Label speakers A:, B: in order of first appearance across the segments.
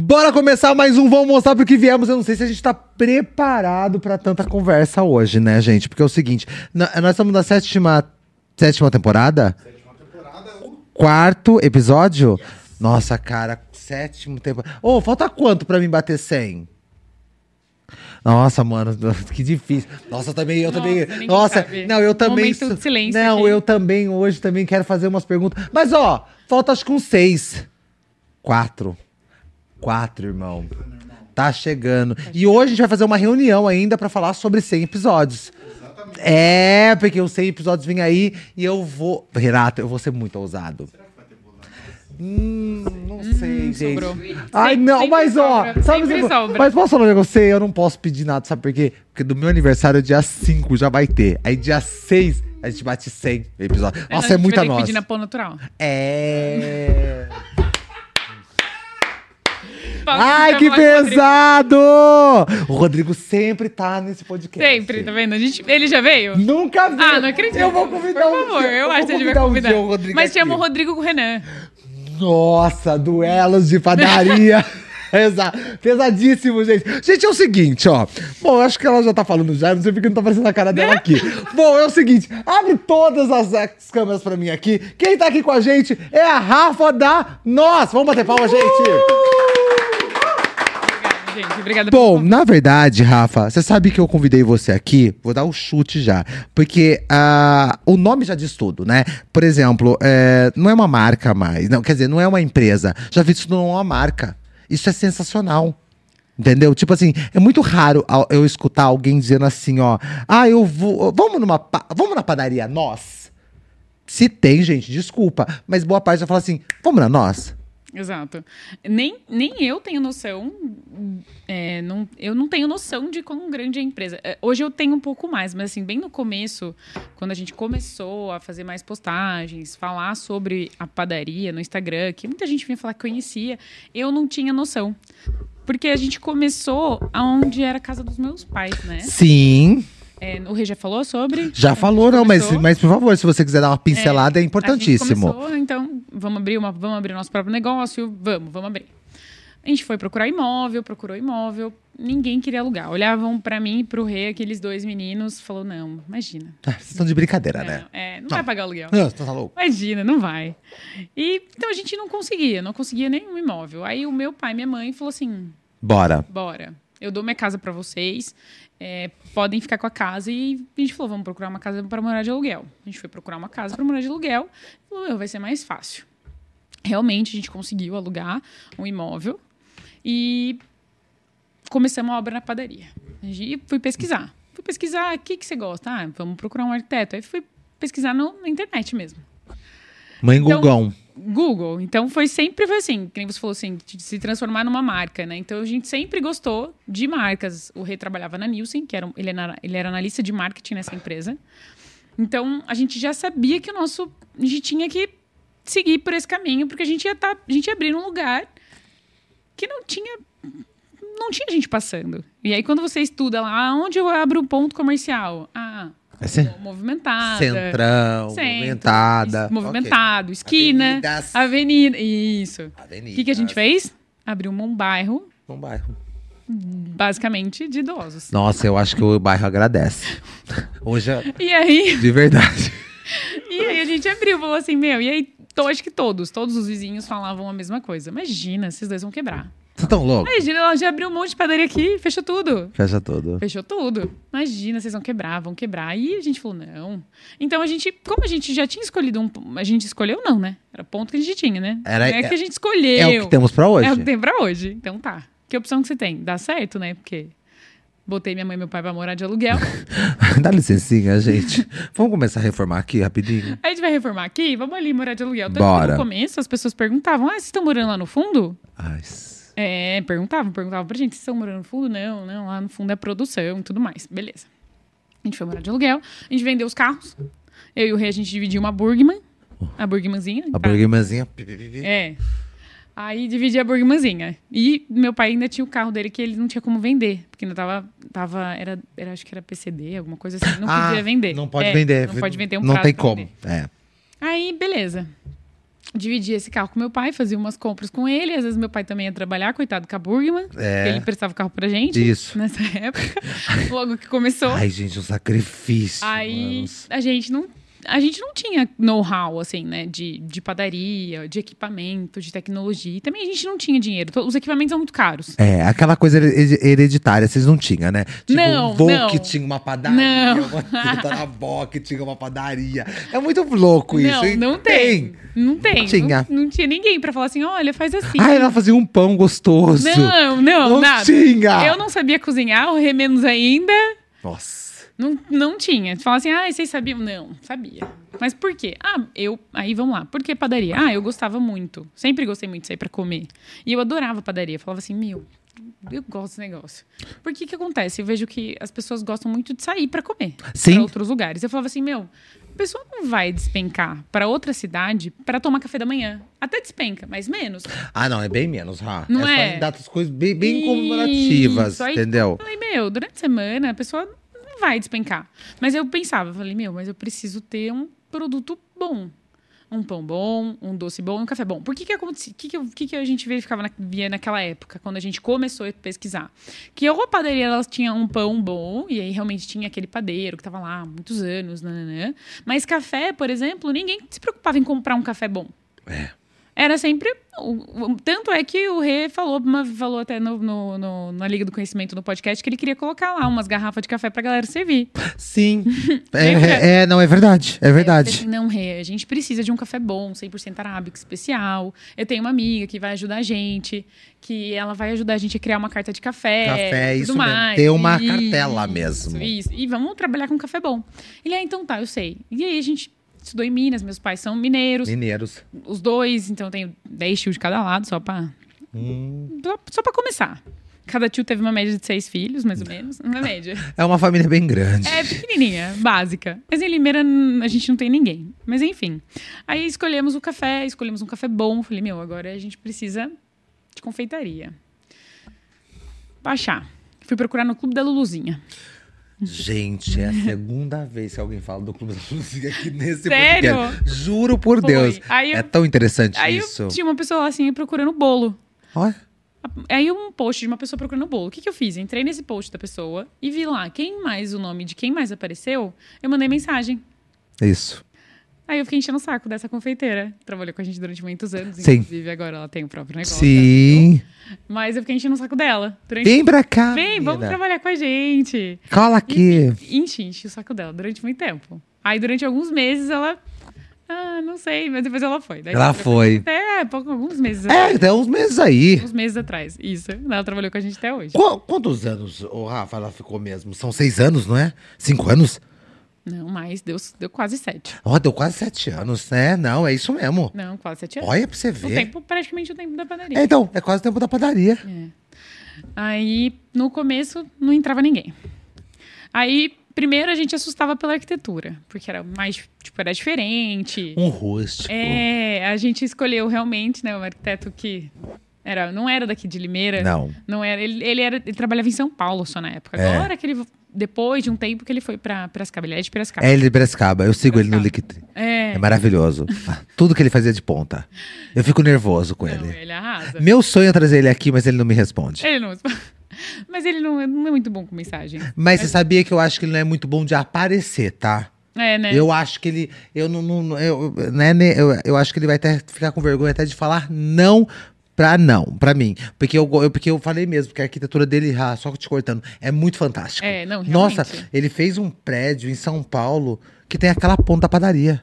A: Bora começar mais um Vamos Mostrar Pro Que Viemos. Eu não sei se a gente tá preparado pra tanta conversa hoje, né, gente? Porque é o seguinte, na- nós estamos na sétima, sétima temporada? Quarto episódio? Nossa, cara, sétimo tempo. Ô, falta quanto pra mim bater 100? Nossa, mano, que difícil. Nossa, eu também, eu
B: Nossa,
A: também.
B: ninguém
A: Nossa,
B: sabe.
A: não, eu também.
B: Momento
A: sou-
B: de silêncio
A: Não,
B: aqui.
A: eu também hoje também quero fazer umas perguntas. Mas ó, falta acho que uns seis. Quatro. Quatro, irmão. Tá chegando. E hoje a gente vai fazer uma reunião ainda pra falar sobre 100 episódios. É, porque os 100 episódios vêm aí e eu vou. Renato, eu vou ser muito ousado. Hum, não sei, gente.
B: sobrou.
A: Ai,
B: Sempre-
A: não,
B: sempre
A: mas ó,
B: sobra,
A: sabe
B: sempre
A: você-
B: sobra.
A: Mas posso falar um negócio? pra você? Eu não posso pedir nada, sabe por quê? Porque do meu aniversário, dia 5 já vai ter. Aí dia 6 a gente bate 100 episódios.
B: a
A: Nossa,
B: gente
A: é
B: vai
A: muita
B: ter que
A: nós.
B: pedir na pão natural.
A: É.
B: Palmas
A: Ai,
B: pra
A: que
B: nós, Rodrigo.
A: pesado! O Rodrigo sempre tá nesse podcast.
B: Sempre, tá vendo? A gente, ele já veio?
A: Nunca vi.
B: Ah, não acredito.
A: Eu vou convidar
B: Por
A: um
B: favor,
A: dia-
B: eu acho que a
A: vou
B: gente vai
A: convidar um
B: convidar.
A: dia o Rodrigo
B: Mas chama o
A: aqui.
B: Rodrigo com o Renan.
A: Nossa, duelos de padaria. Pesa- Pesadíssimo, gente. Gente, é o seguinte, ó. Bom, eu acho que ela já tá falando já, não sei porque não tá aparecendo a cara dela aqui. Bom, é o seguinte, abre todas as, as câmeras pra mim aqui. Quem tá aqui com a gente é a Rafa da Nós. Vamos bater palma, gente.
B: Obrigada, gente. Obrigada pelo
A: Bom,
B: convite.
A: na verdade, Rafa, você sabe que eu convidei você aqui? Vou dar o chute já. Porque ah, o nome já diz tudo, né? Por exemplo, é, não é uma marca mais. Não, quer dizer, não é uma empresa. Já vi isso não é uma marca. Isso é sensacional. Entendeu? Tipo assim, é muito raro ao- eu escutar alguém dizendo assim, ó. Ah, eu vou. Vamos numa. pa- Vamos na padaria nós? Se tem, gente, desculpa. Mas boa parte já fala assim, vamos na nós?
B: Exato. Nem, nem eu tenho noção. é, não- eu não tenho noção de quão grande é a empresa. É, Hoje eu tenho um pouco mais, mas assim, bem no começo, quando a gente começou a fazer mais postagens, falar sobre a padaria no Instagram, que muita gente vinha falar que conhecia, eu não tinha noção. Porque a gente começou aonde era a casa dos meus pais, né?
A: Sim.
B: É, o Rei já falou sobre?
A: Já falou, não, mas,
B: começou.
A: mas por favor, se você quiser dar uma pincelada, é,
B: A gente
A: importantíssimo.
B: começou, então, vamos abrir, uma, vamos abrir nosso próprio negócio, vamos, vamos abrir. A gente foi procurar imóvel, procurou imóvel, ninguém queria alugar. Olhavam pra mim e pro Rei, aqueles dois meninos, falou, não, imagina.
A: Ah, Vocês estão de brincadeira, né?
B: Não, é, não vai pagar aluguel.
A: Ah, Você tá louco?
B: Imagina, não vai. E, então a gente não conseguia, não conseguia nenhum imóvel. Aí o meu pai e minha mãe falou assim,
A: Bora.
B: bora. Eu dou minha casa pra vocês. é, podem ficar com a casa. E a gente falou, vamos procurar uma casa pra morar de aluguel. A gente foi procurar uma casa pra morar de aluguel. Falou, "Meu, vai ser mais fácil. Realmente, a gente conseguiu alugar um imóvel. E começamos a obra na padaria. E fui pesquisar. Fui pesquisar, o que, que você gosta? Ah, vamos procurar um arquiteto. Aí fui pesquisar no- na internet mesmo.
A: Mãe
B: Então-
A: Gugão.
B: Google. Então foi sempre foi assim, que nem você falou assim, de se transformar numa marca, né? Então a gente sempre gostou de marcas. O Rei trabalhava na Nielsen, que era um- ele, era, ele era analista de marketing nessa empresa. Então a gente já sabia que o nosso a gente tinha que seguir por esse caminho, porque a gente ia tá, a gente ia abrir um lugar que não tinha não tinha gente passando. E aí quando você estuda lá, "Ah, onde eu abro o ponto comercial? Ah,
A: É assim?
B: movimentada.
A: Centrão,
B: Centro,
A: movimentada.
B: es- Movimentado, esquina,
A: Avenidas.
B: avenida. Isso.
A: Avenida.
B: O que, que a gente fez? Abriu um bairro,
A: Um bairro.
B: basicamente, de idosos.
A: Nossa, eu acho que o bairro agradece. Hoje, é-
B: E aí,
A: de verdade.
B: e aí a gente abriu, falou assim, meu, e aí, to- acho que todos, todos os vizinhos falavam a mesma coisa. Imagina, esses dois vão quebrar.
A: Vocês tão louco?
B: Imagina, ela já abriu um monte de padaria aqui, fechou tudo.
A: Fecha tudo.
B: Fechou tudo. Imagina, vocês vão quebrar, vão quebrar. E a gente falou, não. Então a gente, como a gente já tinha escolhido um. A gente escolheu, não, né? Era ponto que a gente tinha, né?
A: Era-
B: não é, que a gente
A: É
B: escolheu.
A: o que temos pra hoje.
B: É o que tem pra hoje. Então tá. Que opção que você tem? Dá certo, né? Porque botei minha mãe e meu pai pra morar de aluguel.
A: Dá licencinha, gente. Vamos começar a reformar aqui rapidinho.
B: Aí a gente vai reformar aqui, vamos ali morar de aluguel. Tanto
A: Bora.
B: que no começo as pessoas perguntavam: Ah, vocês estão morando lá no fundo?
A: Ai,
B: É, perguntavam, perguntavam pra gente: vocês estão morando no fundo? Não, não, lá no fundo é produção e tudo mais. Beleza. A gente foi morar de aluguel, a gente vendeu os carros. Eu e o Rei, a gente dividiu uma Burgman. A Burgmanzinha.
A: a
B: tá?
A: burguimazinha. assim.
B: É. Aí dividi a burgumazinha. E meu pai ainda tinha o carro dele que ele não tinha como vender. Porque não tava. tava era, era, acho que era PCD, alguma coisa assim. Não
A: Ah,
B: podia vender.
A: Não É, pode
B: É,
A: vender.
B: Não pode vender um
A: Não
B: prazo
A: tem
B: pra
A: como.
B: vender.
A: É.
B: Aí, beleza. dividia esse carro com meu pai, fazia umas compras com ele. Às vezes meu pai também ia trabalhar, coitado, com a Burgman.
A: É.
B: Ele prestava o carro pra gente.
A: Isso.
B: Nessa época. Logo que começou.
A: Ai, gente, um sacrifício.
B: Aí
A: mano.
B: a gente não. A gente não tinha know-how, assim, né? De, de padaria, de equipamento, de tecnologia. E também a gente não tinha dinheiro. To- Os equipamentos são muito caros.
A: É, aquela coisa hered- hereditária, vocês não tinham, né? Tipo,
B: Não,
A: um vô
B: não.
A: que tinha uma padaria,
B: Não.
A: uma teta na avó que tinha uma padaria. É muito louco isso.
B: não,
A: hein?
B: não tem. Não tem.
A: Tinha.
B: Não, não tinha ninguém pra falar assim, olha, faz assim.
A: Ai, ela fazia um pão gostoso.
B: não, não,
A: Não
B: nada.
A: tinha.
B: Eu não sabia cozinhar, o Rê menos ainda.
A: Nossa.
B: Não, não tinha. Fala assim, ah, vocês sabiam? Não, sabia. Mas por quê? Ah, eu. Aí vamos lá. Por que padaria? Ah, eu gostava muito. Sempre gostei muito de sair pra comer. E eu adorava padaria. Falava assim, meu, eu gosto desse negócio. Por que que acontece? Eu vejo que as pessoas gostam muito de sair pra comer.
A: Sim.
B: Pra outros lugares. Eu falava assim, meu, a pessoa não vai despencar pra outra cidade pra tomar café da manhã. Até despenca, mas menos.
A: Ah, não, é bem menos, Rá.
B: Não
A: só
B: é?
A: em datas coisas bem, bem comemorativas,
B: Isso, aí-
A: entendeu?
B: Falei, meu, durante a semana a pessoa não vai despencar. Mas eu pensava, falei, meu, mas eu preciso ter um produto bom. Um pão bom, um doce bom, um café bom. Por que que acontecia? O que que, eu- que que a gente verificava na, via naquela época, quando a gente começou a pesquisar? Que ou a padaria, elas tinham um pão bom, e aí realmente tinha aquele padeiro que estava lá há muitos anos, nananã. Mas café, por exemplo, ninguém se preocupava em comprar um café bom.
A: É.
B: Era sempre. o- o- Tanto é que o Rê falou, uma- falou até no, no- no- na Liga do Conhecimento no podcast que ele queria colocar lá umas garrafas de café pra galera servir.
A: Sim. é,
B: Lembra?
A: é- é, não, é verdade. É
B: Eu
A: verdade.
B: falei assim, não, Rê, a gente precisa de um café bom, 100% arábico, especial. Eu tenho uma amiga que vai ajudar a gente, que ela vai ajudar a gente a criar uma carta de café.
A: Café,
B: tudo
A: isso mesmo.
B: mais.
A: Ter uma cartela mesmo.
B: Isso. E vamos trabalhar com café bom. Ele, ah, então tá, eu sei. E aí a gente estudou em Minas, meus pais são mineiros,
A: Mineiros.
B: os dois, então eu tenho 10 tios de cada lado, só pra
A: Hum.
B: Só- Só pra começar. Cada tio teve uma média de seis filhos, mais ou menos. Uma média.
A: É uma família bem grande.
B: É pequenininha, básica. Mas em Limeira n- a gente não tem ninguém. Mas enfim. Aí escolhemos o café, escolhemos um café bom. Falei, meu, agora a gente precisa de confeitaria. Baixar. Fui procurar no Clube da Luluzinha.
A: Gente, é a segunda vez que alguém fala do Clube da Luzinha aqui nesse
B: Sério?
A: podcast. Juro por
B: Foi.
A: Deus.
B: Aí eu-
A: é tão interessante
B: Aí
A: isso.
B: eu tinha uma pessoa lá assim procurando bolo.
A: Olha.
B: Aí um post de uma pessoa procurando bolo. O que, que eu fiz? Entrei nesse post da pessoa e vi lá quem mais, o nome de quem mais apareceu. Eu mandei mensagem.
A: Isso.
B: Aí eu fiquei enchendo o saco dessa confeiteira. Trabalhou com a gente durante muitos anos,
A: Sim.
B: inclusive agora ela tem o próprio negócio.
A: Sim.
B: Mas eu fiquei enchendo o saco dela. Durante...
A: Vem pra cá.
B: Vem, vamos
A: menina.
B: trabalhar com a gente.
A: Cola aqui.
B: Enchi, enchi o saco dela durante muito tempo. Aí durante alguns meses ela. Ah, não sei, mas depois ela foi. Daí
A: Ela
B: depois-
A: foi.
B: Até é, pouco, alguns meses atrás.
A: É, tem uns meses aí.
B: Uns meses atrás, isso. Ela trabalhou com a gente até hoje.
A: Qu- quantos anos, o Rafa, ela ficou mesmo? São seis anos, não é? Cinco anos?
B: Não, mas deu, deu quase sete.
A: Ó, deu quase sete anos, né? Não, é isso mesmo.
B: Não, quase sete anos.
A: Olha pra você
B: O
A: ver.
B: tempo, praticamente o tempo da padaria.
A: É, então, é quase o tempo da padaria.
B: Aí, no começo, não entrava ninguém. Aí, primeiro a gente assustava pela arquitetura, porque era mais, tipo, era diferente.
A: Um rústico.
B: É, a gente escolheu realmente, né, um arquiteto que era, não era daqui de Limeira.
A: Não.
B: Não era, ele, ele era, ele trabalhava em São Paulo só na época.
A: É.
B: Agora que ele, depois de um tempo que ele foi pra Piracicaba, ele é de Piracicaba.
A: É ele de Brescaba, eu sigo ele no Linktree.
B: É.
A: É maravilhoso. Ah, Tudo que ele fazia de ponta. Eu fico nervoso com
B: Não,
A: ele.
B: ele arrasa.
A: Meu sonho é trazer ele aqui, mas ele não me responde.
B: Ele não... Mas ele não, não é muito bom com mensagem.
A: Mas você sabia que eu acho que ele não é muito bom de aparecer, tá?
B: É, né?
A: Eu acho que ele. Eu não. não- eu, eu- né, né, eu, eu acho que ele vai até ficar com vergonha até de falar não pra não, pra mim. Porque eu, go- eu- porque eu falei mesmo, porque a arquitetura dele, ah, só te cortando, é muito fantástica.
B: É, não,
A: Nossa,
B: realmente.
A: ele fez um prédio em São Paulo que tem aquela ponta da padaria.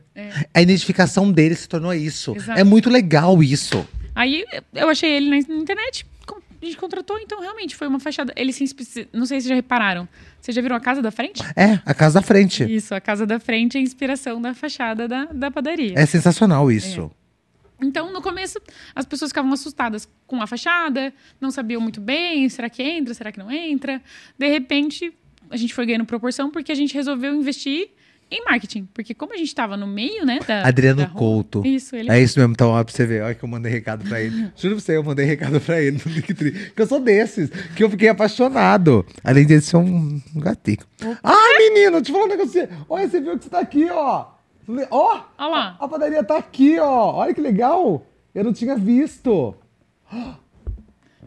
A: A identificação dele se tornou isso.
B: É. Exato.
A: É muito legal isso.
B: Aí eu achei ele na internet. com- A gente contratou, então realmente foi uma fachada. Ele se inspi- Não sei se já repararam. Você já virou a casa da frente?
A: É, a casa da frente.
B: Isso, a casa da frente é a inspiração da fachada da, da padaria.
A: É sensacional isso.
B: Então, no começo, as pessoas ficavam assustadas com a fachada, não sabiam muito bem, será que entra, será que não entra. De repente, a gente foi ganhando proporção porque a gente resolveu investir em marketing. Porque como a gente estava no meio, né? da-
A: Adriano
B: da rua-
A: Couto.
B: Isso, ele
A: É isso mesmo, então, ó, pra você ver. Olha que eu mandei recado pra ele. Juro pra você, eu mandei recado pra ele no Linktree. Que eu sou desses, que eu fiquei apaixonado. Além de ser um um gatinho. Ah, menino, deixa eu te falar um negócio. pra você. Olha, você viu que você tá aqui, ó.
C: Le- Ó!
B: Olha lá.
C: A padaria tá aqui, ó. Olha que legal. Eu não tinha visto.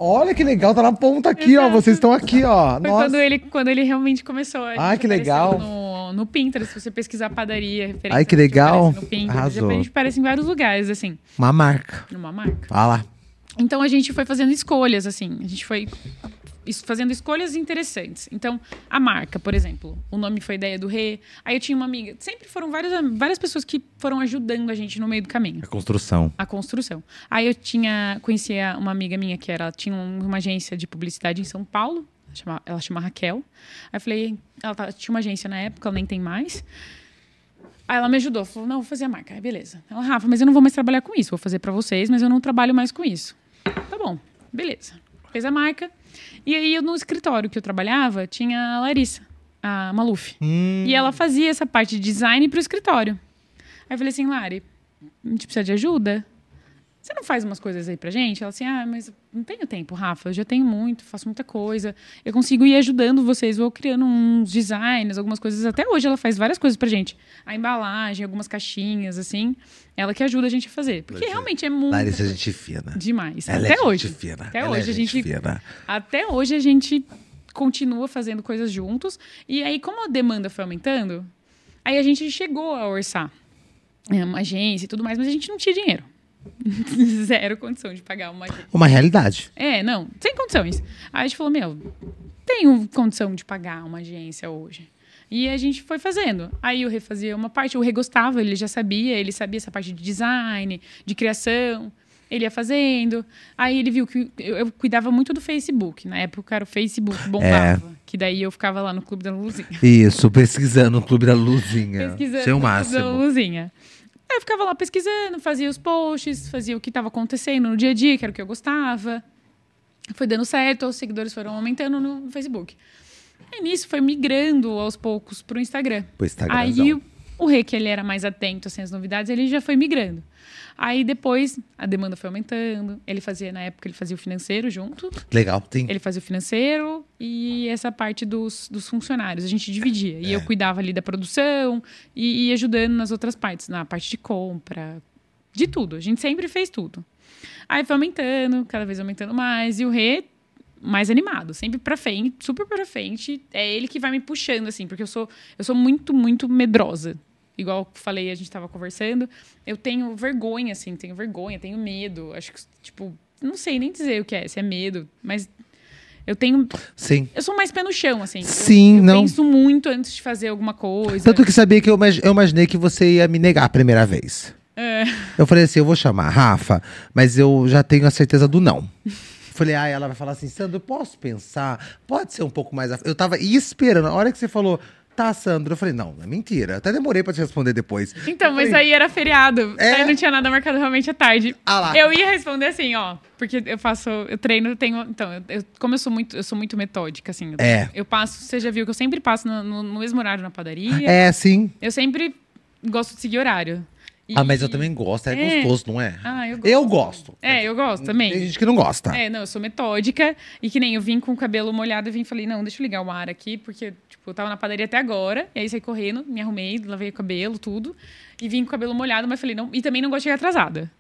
C: Olha que legal, tá na ponta aqui, ó.
B: Exato.
C: Vocês estão aqui, ó.
B: Foi
C: Nossa.
B: quando ele, quando ele realmente começou. a gente
C: Ai, que
B: apareceu
C: legal.
B: No, no Pinterest, se você pesquisar padaria, referência.
A: Ai, que
B: a gente
A: legal.
B: aparece No Pinterest,
A: Arrasou.
B: A gente aparece em vários lugares, assim,
A: Uma marca.
B: numa marca.
A: Olha lá.
B: Então a gente foi fazendo escolhas, assim. A gente foi es- fazendo escolhas interessantes. Então, a marca, por exemplo, o nome foi ideia do Rê. Aí eu tinha uma amiga. Sempre foram várias, várias pessoas que foram ajudando a gente no meio do caminho.
A: A construção.
B: A É construção. Aí eu tinha, conhecia uma amiga minha que era, tinha um- uma agência de publicidade em São Paulo. Ela chama, ela chama Raquel. Aí eu falei, ela tá- tinha uma agência na época, ela nem tem mais. Aí ela me ajudou, falou, não, vou fazer a marca. Aí beleza. Ela, Rafa, mas eu não vou mais trabalhar com isso, vou fazer pra vocês, mas eu não trabalho mais com isso. Tá bom, beleza. Fez a marca. E aí eu, no escritório que eu trabalhava, tinha a Larissa, a Maluf.
A: Hum.
B: E ela fazia essa parte de design pro escritório. Aí eu falei assim, Lari, a gente precisa de ajuda? Você não faz umas coisas aí pra gente? Ela assim, ah, mas não tenho tempo, Rafa. Eu já tenho muito, faço muita coisa. Eu consigo ir ajudando vocês, vou criando uns designs, algumas coisas. Até hoje ela faz várias coisas pra gente. A embalagem, algumas caixinhas, assim. Ela que ajuda a gente a fazer. Porque
A: Pois é.
B: realmente é muito
A: Larissa é gente fina.
B: demais.
A: Ela
B: até
A: é gente
B: hoje.
A: fina.
B: Até
A: Ela é
B: hoje a
A: gente
B: gente
A: fina.
B: até hoje a gente continua fazendo coisas juntos. E aí, como a demanda foi aumentando, aí a gente chegou a orçar né, uma agência e tudo mais, mas a gente não tinha dinheiro. Zero condição de pagar uma agência.
A: Uma realidade.
B: É, não, sem condições. Aí a gente falou, meu, tenho condição de pagar uma agência hoje. E a gente foi fazendo. Aí o Rê fazia uma parte, o Rê gostava, ele já sabia, ele sabia essa parte de design, de criação. Ele ia fazendo. Aí ele viu que eu, eu cuidava muito do Facebook. Na época era o Facebook bombava. Que daí eu ficava lá no Clube da Luzinha.
A: Isso, pesquisando o Clube da Luzinha.
B: Pesquisando
A: Seu
B: no
A: é máximo.
B: Clube da Luzinha. Aí eu ficava lá pesquisando, fazia os posts, fazia o que estava acontecendo no dia a dia, que era o que eu gostava. Foi dando certo, os seguidores foram aumentando no Facebook. Aí nisso foi migrando aos poucos para o Instagram.
A: Pro Instagramzão.
B: Aí o- o Rê, que ele era mais atento assim, às novidades, ele já foi migrando. Aí depois a demanda foi aumentando. Ele fazia, na época, ele fazia o financeiro junto.
A: Legal, tem.
B: Ele fazia o financeiro e essa parte dos, dos funcionários. A gente dividia. E eu cuidava ali da produção e, e ajudando nas outras partes, na parte de compra, de tudo. A gente sempre fez tudo. Aí foi aumentando, cada vez aumentando mais. E o Rê, mais animado, sempre pra frente, super pra frente. É ele que vai me puxando, assim, porque eu sou, eu sou muito, muito medrosa. Igual eu falei, a gente tava conversando. Eu tenho vergonha, assim, tenho vergonha, tenho medo. Acho que, tipo, não sei nem dizer o que é, se é medo, mas eu tenho.
A: Sim.
B: Eu sou mais pé no chão, assim. Eu-
A: Sim,
B: eu
A: não.
B: penso muito antes de fazer alguma coisa.
A: Tanto que sabia que eu, imag- eu imaginei que você ia me negar a primeira vez.
B: É.
A: Eu falei assim, eu vou chamar a Rafa, mas eu já tenho a certeza do não. Falei, ah, ela vai falar assim, Sandro, posso pensar? Pode ser um pouco mais... af-" Eu tava esperando, a hora que você falou, tá, Sandro, eu falei, não, é mentira. Até demorei pra te responder depois.
B: Então,
A: Eu
B: mas
A: falei,
B: aí era feriado.
A: É?
B: Aí não tinha nada marcado realmente à tarde.
A: Ah lá.
B: Eu ia responder assim, ó. Porque eu faço, eu treino, eu tenho. Então, eu, eu- como eu sou muito, eu sou muito metódica, assim. eu-
A: É.
B: Eu passo, você já viu que eu sempre passo no, no- no mesmo horário na padaria.
A: É, sim.
B: Eu sempre gosto de seguir horário. E-
A: Ah, mas eu também gosto, é,
B: É.
A: gostoso, não é?
B: Ah, eu gosto.
A: Eu gosto.
B: É, eu gosto também.
A: Tem gente que não gosta.
B: É, não, eu sou metódica. E que nem eu vim com o cabelo molhado e vim e falei, não, deixa eu ligar o ar aqui, porque, tipo, eu tava na padaria até agora. E aí saí correndo, me arrumei, lavei o cabelo, tudo. E vim com o cabelo molhado, mas falei, não. E também não gosto de chegar atrasada.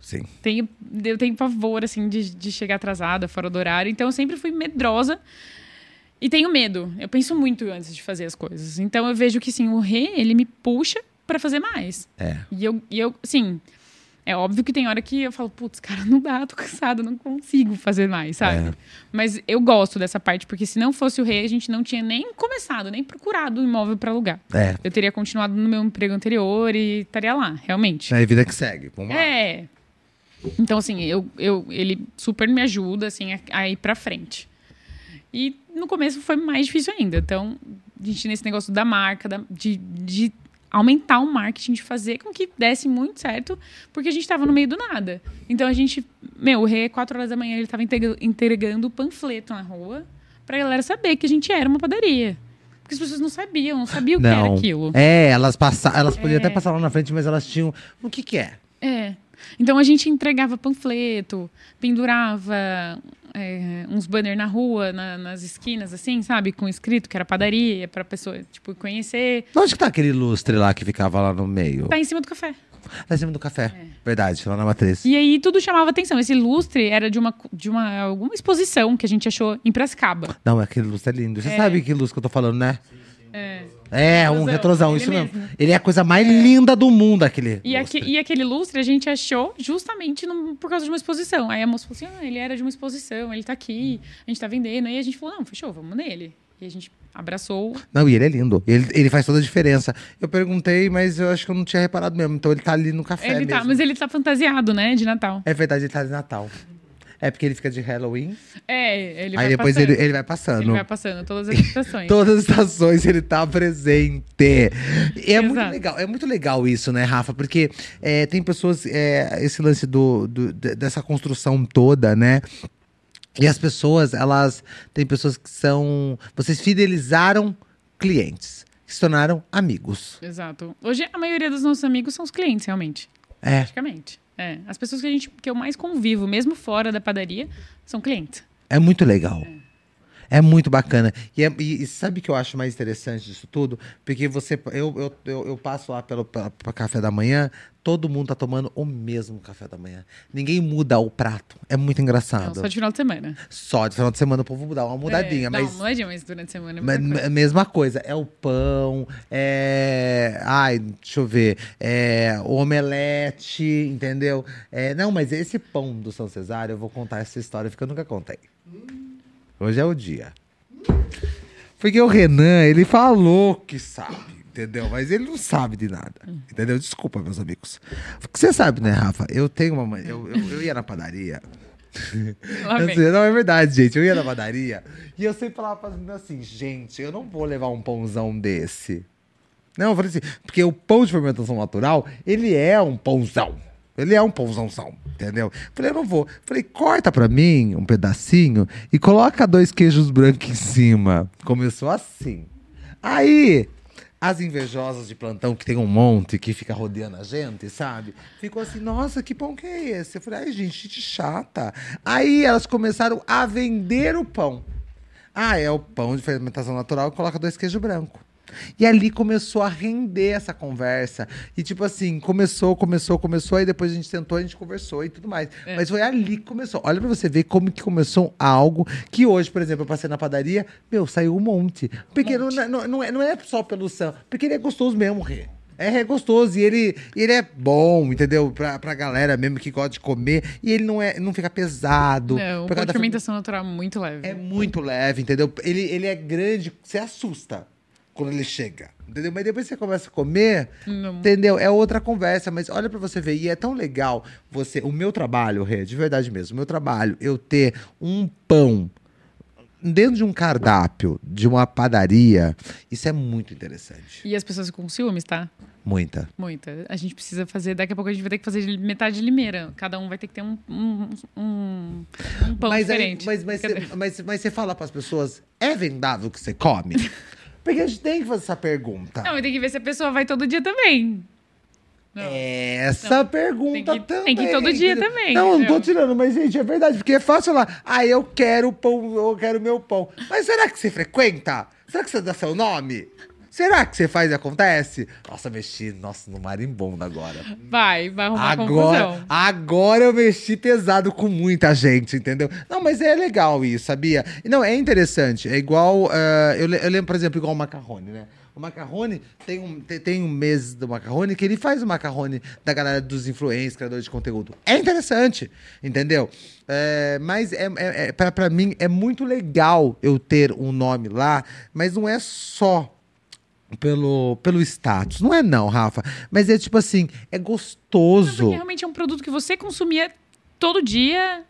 A: Sim.
B: Tenho, eu tenho pavor, assim, de, de chegar atrasada, fora do horário. Então eu sempre fui medrosa. E tenho medo. Eu penso muito antes de fazer as coisas. Então eu vejo que, sim, o rei, ele me puxa pra fazer mais.
A: É.
B: E eu, e eu assim, é óbvio que tem hora que eu falo, putz, cara, não dá, tô cansado, não consigo fazer mais, sabe?
A: É.
B: Mas eu gosto dessa parte, porque se não fosse o rei, a gente não tinha nem começado, nem procurado um imóvel pra alugar.
A: É.
B: Eu teria continuado no meu emprego anterior e estaria lá, realmente.
A: É a vida que segue. Vamos lá.
B: É. Então, assim, eu, eu, ele super me ajuda, assim, a, a ir pra frente. E no começo foi mais difícil ainda. Então, a gente nesse negócio da marca, da- de, de aumentar o marketing, de fazer com que desse muito certo, porque a gente tava no meio do nada. Então, a gente... Meu, o Rê, 4 horas da manhã, ele tava entrega- entregando o panfleto na rua pra galera saber que a gente era uma padaria. Porque as pessoas não sabiam, não sabiam o que era aquilo.
A: É, elas passa, elas podiam até passar lá na frente, mas elas tinham. O que que é?
B: É. Então a gente entregava panfleto, pendurava é, uns banner na rua, na- nas esquinas, assim, sabe? Com escrito que era padaria, pra pessoa, tipo, conhecer.
A: Onde que tá aquele lustre lá que ficava lá no meio?
B: Tá em cima do café.
A: Tá em cima do café. Verdade, lá na matriz.
B: É. E aí tudo chamava atenção. Esse lustre era de uma, de uma alguma exposição que a gente achou em Piracicaba.
A: Não, aquele lustre é lindo. Você sabe que lustre que eu tô falando, né? É. um
B: Retrosão,
A: retrosão,
B: ele
A: isso mesmo.
B: mesmo.
A: Ele é a coisa mais linda do mundo, aquele.
B: E, aque-
A: lustre.
B: e aquele lustre a gente achou justamente num- por causa de uma exposição. Aí a moça falou assim: ah, ele era de uma exposição, ele tá aqui, a gente tá vendendo. Aí a gente falou: não, fechou, vamos nele. E a gente abraçou.
A: Não, e ele é lindo. Ele, ele faz toda a diferença. Eu perguntei, mas eu acho que eu não tinha reparado mesmo. Então ele tá ali no café
B: ele
A: mesmo.
B: tá, mas ele tá fantasiado, né, de Natal.
A: É verdade, ele tá de Natal. É porque ele fica de Halloween.
B: É, ele
A: aí
B: vai
A: depois
B: passando.
A: ele, é, ele vai passando.
B: Ele vai passando todas as estações.
A: Todas as estações ele tá presente. E é muito
B: Exato.
A: legal, é muito legal isso, né, Rafa? Porque é, tem pessoas, é, esse lance do, do- de- dessa construção toda, né? E as pessoas, elas. Tem pessoas que são. Vocês fidelizaram clientes, que se tornaram amigos.
B: Exato. Hoje a maioria dos nossos amigos são os clientes, realmente.
A: É.
B: Praticamente. É. As pessoas que a gente que eu mais convivo, mesmo fora da padaria, são clientes.
A: É muito legal. É muito bacana. E, é- e- e sabe o que eu acho mais interessante disso tudo? Porque você. Eu, eu, eu, eu passo lá pelo pra- pra café da manhã, todo mundo tá tomando o mesmo café da manhã. Ninguém muda o prato. É muito
B: Não,
A: engraçado.
B: Então, só de final de semana.
A: só de final de semana o povo dá uma mudadinha,
B: É,
A: mas.
B: Não, mudadinha, mas durante a semana. é
A: Mas
B: muita coisa.
A: me- mesma coisa, é o pão, é. Ai, deixa eu ver. É o omelete, entendeu? É, não, mas esse pão do São Cesário, eu vou contar essa história porque eu nunca contei. Hoje é o dia. Porque o Renan, ele falou que sabe, entendeu? Mas ele não sabe de nada,
B: Hum.
A: entendeu? Desculpa, meus amigos. Porque você sabe, né, Rafa? Eu tenho uma. mania- Eu, eu, eu ia na padaria.
B: Lá
A: Eu
B: vem.
A: sei, Não, é verdade, gente. Eu ia na padaria e eu sempre falava pras meninas assim, gente, eu não vou levar um pãozão desse. Não, eu falei assim, porque o pão de fermentação natural, ele é um pãozão. Ele é um pãozãozão, entendeu? Falei, eu não vou. Falei, corta pra mim um pedacinho e coloca dois queijos brancos em cima. Começou assim. Aí, as invejosas de plantão, que tem um monte que fica rodeando a gente, sabe? Ficou assim, nossa, que pão que é esse? Eu falei, ai, gente, gente chata. Aí elas começaram a vender o pão. Ah, é o pão de fermentação natural, coloca dois queijos brancos. E ali começou a render essa conversa. E tipo assim, começou, começou, começou, aí depois a gente sentou, a gente conversou e tudo mais. Mas foi ali que começou. Olha pra você ver como que começou algo que hoje, por exemplo, eu passei na padaria, meu, saiu um monte. Porque Não, não, não é, não é só pelo Sam, porque ele é gostoso mesmo, Rê. É, é gostoso e ele, e ele é bom, entendeu? Pra, pra galera mesmo que gosta de comer. E ele não, é, não fica pesado.
B: Não, o
A: por
B: pão de
A: causa da
B: fermentação
A: fermentação.
B: natural é muito leve.
A: É muito leve, entendeu? Ele, ele é grande, você assusta quando ele chega, entendeu? Mas depois que você começa a comer,
B: Não.
A: entendeu? É outra conversa, mas olha pra você ver, e é tão legal você, o meu trabalho, Rê, de verdade mesmo, o meu trabalho, eu ter um pão dentro de um cardápio de uma padaria, isso é muito interessante.
B: E as pessoas com ciúmes, tá?
A: Muita.
B: Muita. A gente precisa fazer, daqui a pouco a gente vai ter que fazer metade de limeira. Cada um vai ter que ter um, um, um, um pão
A: mas, aí-
B: diferente.
A: mas, mas,
B: Cadê?
A: você, mas, mas você fala pras pessoas, é vendável o que você come? Porque a gente tem que fazer essa pergunta.
B: Não, tem que ver se a pessoa vai todo dia também. Não.
A: É Essa pergunta
B: Tem que- tem
A: também.
B: que ir todo dia
A: entendeu?
B: também,
A: Não, eu não tô
B: entendeu?
A: tirando, mas, gente, é verdade, porque é fácil lá. Ah, eu quero pão, eu quero meu pão. Mas será que você frequenta? Será que você dá seu nome? Será que você faz e acontece? Nossa, mexi, nossa, no marimbondo agora.
B: Vai, vai arrumar
A: Agora,
B: confusão.
A: agora eu mexi pesado com muita gente, entendeu? Não, mas é legal isso, sabia? Não, é interessante. É igual. ah, eu, le- eu lembro, por exemplo, igual o macarrone, né? O macarrone tem um, te- tem um mês do macarrone que ele faz o macarrone da galera dos influencers, criadores de conteúdo. É interessante, entendeu? É, mas é, é, é, pra, pra mim é muito legal eu ter um nome lá, mas não é só pelo, pelo status. Não é não, Rafa. Mas é tipo assim, é gostoso.
B: Porque realmente é um produto que você consumia todo dia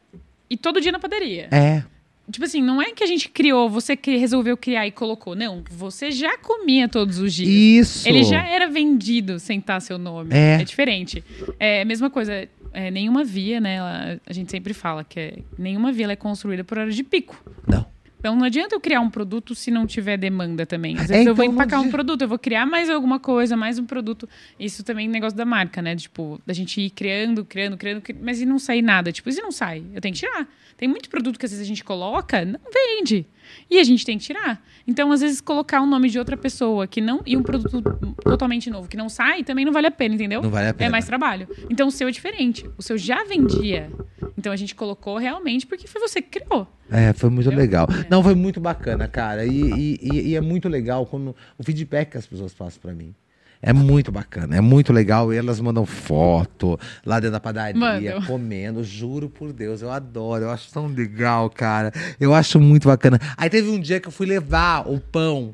B: e todo dia na padaria.
A: É.
B: Tipo assim, não é que a gente criou, você que resolveu criar e colocou. Não, você já comia todos os dias.
A: Isso.
B: Ele já é- era vendido sem estar seu nome.
A: É.
B: diferente. É a mesma coisa. é, nenhuma via, né? ela- a gente sempre fala que é- nenhuma via ela é construída por hora de pico.
A: Não.
B: Então não adianta eu criar um produto se não tiver demanda também. Às vezes
A: É,
B: eu vou
A: então, não
B: empacar um
A: adi-
B: produto, eu vou criar mais alguma coisa, mais um produto. Isso também é um negócio da marca, né? Tipo, da gente ir criando, criando, criando, cri- mas e não sair nada. Tipo, e se não sai? Eu tenho que tirar. Tem muito produto que às vezes a gente coloca, não vende. E a gente tem que tirar. Então, às vezes, colocar o nome de outra pessoa que não. E um produto totalmente novo que não sai também não vale a pena, entendeu?
A: Não vale a
B: É
A: pena.
B: mais trabalho. Então o seu é diferente. O seu já vendia. Então a gente colocou realmente porque foi você que criou.
A: É, foi muito
B: Eu-
A: legal.
B: é.
A: Não, foi muito bacana, cara. E, e- e- e é muito legal quando o feedback que as pessoas passam pra mim. É muito bacana, é muito legal. E elas mandam foto lá dentro da padaria,
B: Mandam.
A: comendo. Juro por Deus, eu adoro. Eu acho tão legal, cara. Eu acho muito bacana. Aí teve um dia que eu fui levar o pão.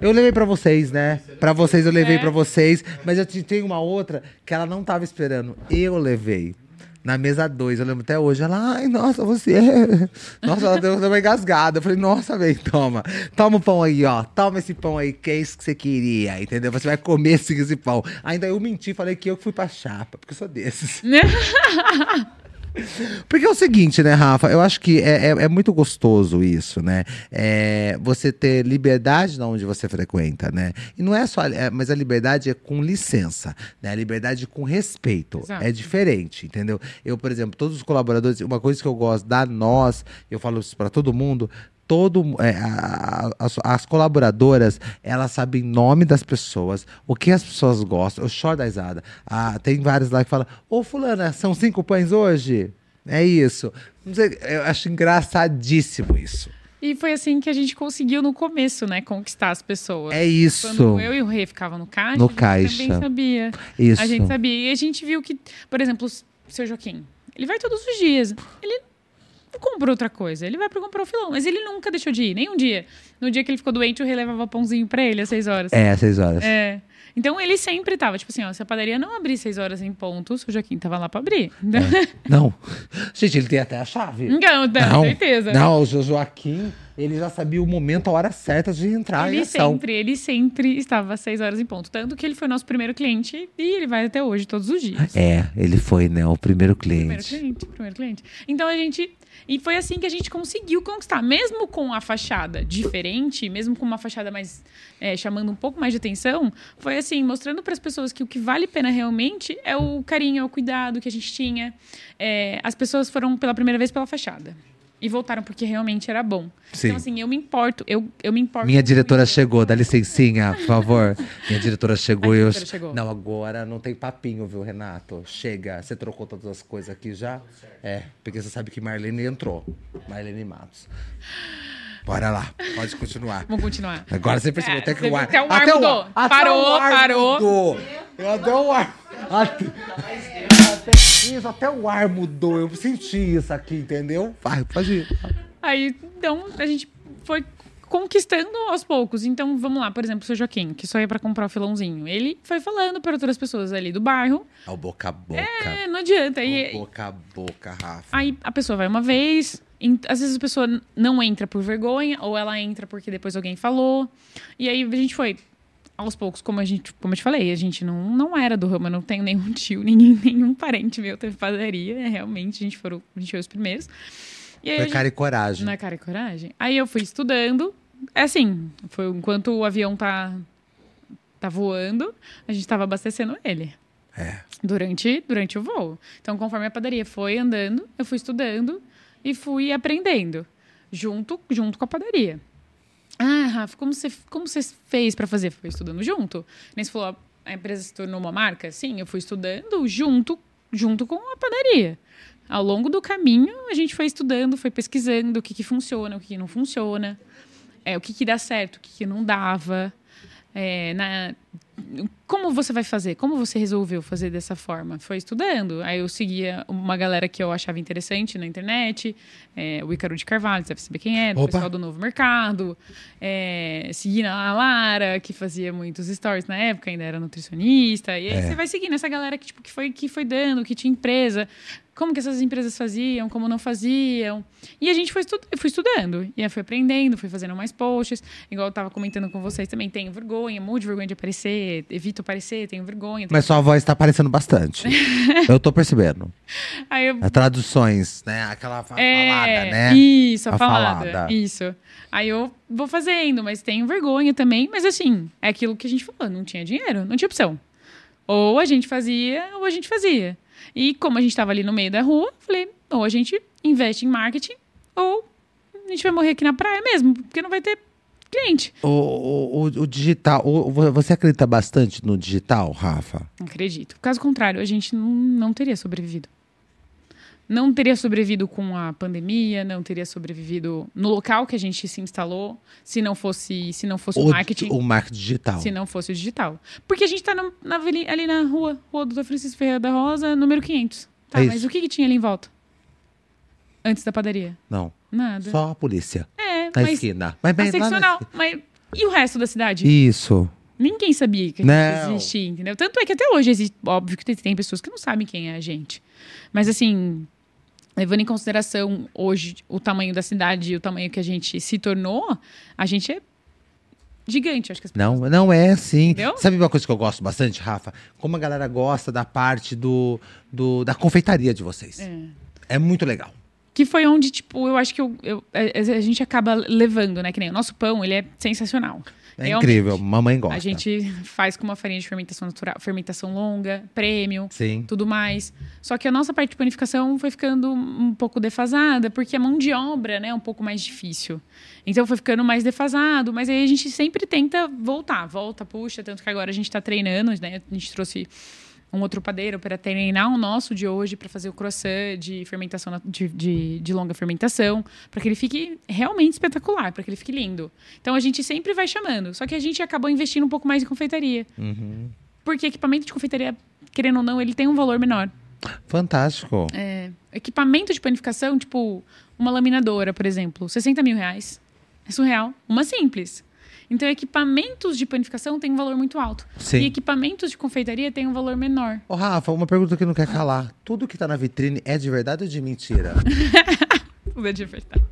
A: Eu levei pra vocês, né? Pra vocês eu levei
B: É.
A: pra vocês, mas eu te- tenho uma outra que ela não tava esperando. Eu levei. Na mesa 2, eu lembro até hoje. Ela, ai, nossa, você. é." Nossa, ela deu deu uma engasgada. Eu falei, nossa, velho, toma. Toma o pão aí, ó. Toma esse pão aí, que é isso que você queria, entendeu? Você vai comer esse, esse pão. Ainda eu menti, falei que eu que fui pra chapa, porque eu sou desses.
B: né?
A: Porque é o seguinte, né, Rafa? Eu acho que é, é, é muito gostoso isso, né? É, você ter liberdade na onde você frequenta, né? E não é só. é, mas a liberdade é com licença, né? A liberdade é com respeito.
B: Exato.
A: É diferente, entendeu? Eu, por exemplo, todos os colaboradores, uma coisa que eu gosto da nós, eu falo isso pra todo mundo. Todo, é, a- a- as, as colaboradoras, elas sabem o nome das pessoas, o que as pessoas gostam. Eu choro da risada. Ah, tem vários lá que falam: Ô, Fulana, são cinco pães hoje? É isso. Não sei, eu acho engraçadíssimo isso.
B: E foi assim que a gente conseguiu no começo, né? Conquistar as pessoas.
A: É isso.
B: Quando eu e o Rê ficavam no caixa,
A: No
B: a gente
A: caixa.
B: também sabia.
A: Isso.
B: A gente sabia. E a gente viu que, por exemplo, o seu Joaquim, ele vai todos os dias. Ele não comprou outra coisa. Ele vai pra comprar o filão. Mas ele nunca deixou de ir, nem um dia. No dia que ele ficou doente, eu relevava pãozinho pra ele às seis horas.
A: É, seis horas.
B: É. Então ele sempre tava, tipo assim, ó, se a padaria não abrir seis horas em ponto, o seu Joaquim tava lá pra abrir. Então,
A: Não. Gente, ele tem até a chave.
B: não, tá,
A: É. Não,
B: certeza.
A: Não, o seu Joaquim, ele já sabia o momento, a hora certa de entrar em
B: ele
A: ação.
B: sempre, ele sempre estava às seis horas em ponto. Tanto que ele foi nosso primeiro cliente e ele vai até hoje, todos os dias.
A: É, ele foi, né, o primeiro
B: Primeiro
A: cliente.
B: cliente, primeiro cliente. Então a gente. E foi assim que a gente conseguiu conquistar. Mesmo com a fachada diferente, mesmo com uma fachada mais. é, chamando um pouco mais de atenção, foi assim, mostrando para as pessoas que o que vale a pena realmente é o carinho, é o cuidado que a gente tinha. É, as pessoas foram pela primeira vez pela fachada. E voltaram porque realmente era bom.
A: Sim.
B: Então, assim, eu me importo. Eu, eu me importo.
A: Minha
B: muito.
A: diretora chegou, dá licencinha, por favor. Minha diretora chegou
B: A
A: e eu.
B: diretora chegou.
A: Não, agora não tem papinho, viu, Renato? Chega, você trocou todas as coisas aqui já? É, porque você sabe que Marlene entrou. Marlene Matos. Bora lá, pode continuar.
B: Vamos continuar.
A: Agora você percebeu
B: É,
A: até que
B: você
A: o
B: viu
A: ar.
B: até o ar mudou.
A: até
B: Parou,
A: o ar
B: parou.
A: Mudou. Eu até o ar. Até, até- isso, até o ar mudou. Eu senti isso aqui, entendeu? Vai, pode ir.
B: Aí, então, a gente foi conquistando aos poucos. Então, vamos lá, por exemplo, o seu Joaquim, que só ia pra comprar o filãozinho. Ele foi falando para outras pessoas ali do bairro.
A: É o boca a boca.
B: É, não adianta.
A: É o
B: E,
A: boca a boca, Rafa.
B: aí a pessoa vai uma vez. em- Às vezes a pessoa n- não entra por vergonha, ou ela entra porque depois alguém falou. E aí a gente foi. Aos poucos, como, a gente, como eu te falei, a gente não, não era do ramo, eu não tenho nenhum tio, ninguém, nenhum parente meu teve padaria. é, Realmente, a gente, foram, a gente foi os primeiros. E aí a
A: Foi
B: gente-
A: cara e coragem.
B: Na cara e coragem. Aí eu fui estudando. É assim, foi enquanto o avião tá, tá voando, a gente tava abastecendo ele.
A: É.
B: Durante, durante o voo. Então, conforme a padaria foi andando, eu fui estudando e fui aprendendo. Junto, junto com a padaria. Ah, Rafa, como você como você fez pra fazer? Foi estudando junto? Nem você falou, a empresa se tornou uma marca? Sim, eu fui estudando junto, junto com a padaria. Ao longo do caminho, a gente foi estudando, foi pesquisando o que, que funciona, o que, que não funciona, é, o que, que dá certo, o que, que não dava. é, na- como você vai fazer? Como você resolveu fazer dessa forma? Foi estudando. Aí eu seguia uma galera que eu achava interessante na internet, é, o Ícaro de Carvalho, você deve saber quem é, do
A: Opa.
B: pessoal do Novo Mercado, é, seguindo a Lara, que fazia muitos stories na época, ainda era nutricionista. E aí você vai seguindo essa galera que, tipo, que, foi, que foi dando, que tinha empresa. Como que essas empresas faziam, como não faziam. E a gente foi estu fui estudando. E aí fui aprendendo, fui fazendo mais posts. Igual eu tava comentando com vocês também, tenho vergonha, morro de vergonha de aparecer aparecer, evito aparecer, tenho vergonha.
A: Mas sua voz tá aparecendo bastante. eu tô percebendo.
B: tenho- Aí eu
A: As traduções, né? Aquela fa-
B: É,
A: falada, né?
B: Isso, a,
A: A
B: falada,
A: falada.
B: Isso. Aí eu vou fazendo, mas tenho vergonha também. Mas assim, é aquilo que a gente falou: não tinha dinheiro, não tinha opção. Ou a gente fazia, ou a gente fazia. E como a gente estava ali no meio da rua, eu falei: ou a gente investe em marketing, ou a gente vai morrer aqui na praia mesmo, porque não vai ter cliente.
A: O, o, o- o digital. o- o- você acredita bastante no digital, Rafa?
B: Não acredito. Caso contrário, a gente não, não teria sobrevivido. Não teria sobrevivido com a pandemia, não teria sobrevivido no local que a gente se instalou, se não fosse, se não fosse o, marketing,
A: O marketing digital.
B: se não fosse o digital. Porque a gente está ali, ali na rua, rua Doutor Francisco Ferreira da Rosa, número 500. Tá,
A: É isso.
B: mas o que, que tinha ali em volta? Antes da padaria?
A: Não.
B: Nada.
A: Só a polícia.
B: é,
A: Na
B: mas
A: esquina. Mas,
B: a
A: bem, lá na
B: seccional.
A: esquina.
B: Mas e o resto da cidade?
A: Isso.
B: Ninguém sabia que a gente
A: Não.
B: existia, entendeu? Tanto é que até hoje existe. Óbvio que tem- tem pessoas que não sabem quem é a gente. Mas assim, levando em consideração hoje o tamanho da cidade e o tamanho que a gente se tornou, a gente é gigante, acho que as pessoas.
A: Não, não é assim.
B: Entendeu?
A: Sabe uma coisa que eu gosto bastante, Rafa? Como a galera gosta da parte do, do- da confeitaria de vocês. É, muito legal.
B: Que foi onde, tipo, eu acho que eu- eu- a, a gente acaba levando, né? Que nem o nosso pão, ele é sensacional.
A: É
B: Realmente,
A: incrível. Mamãe gosta.
B: A gente faz com uma farinha de fermentação natural, fermentação longa, prêmio.
A: Sim.
B: tudo mais. Só que a nossa parte de panificação foi ficando um pouco defasada, porque a mão de obra né, é um pouco mais difícil. Então foi ficando mais defasado, mas aí a gente sempre tenta voltar, volta, puxa, tanto que agora a gente está treinando, né? A gente trouxe um outro padeiro para treinar o nosso de hoje para fazer o croissant de fermentação na- de, de, de longa fermentação para que ele fique realmente espetacular para que ele fique lindo então a gente sempre vai chamando só que a gente acabou investindo um pouco mais em confeitaria
A: Uhum.
B: porque equipamento de confeitaria querendo ou não ele tem um valor menor
A: Fantástico.
B: é, equipamento de panificação, tipo uma laminadora, por exemplo, 60 mil reais. É surreal. Uma simples. Então, equipamentos de panificação têm um valor muito alto.
A: Sim.
B: E equipamentos de confeitaria têm um valor menor.
A: Ô, Rafa, uma pergunta que não quer calar. Tudo que tá na vitrine é de verdade ou de mentira?
B: Tudo é de verdade.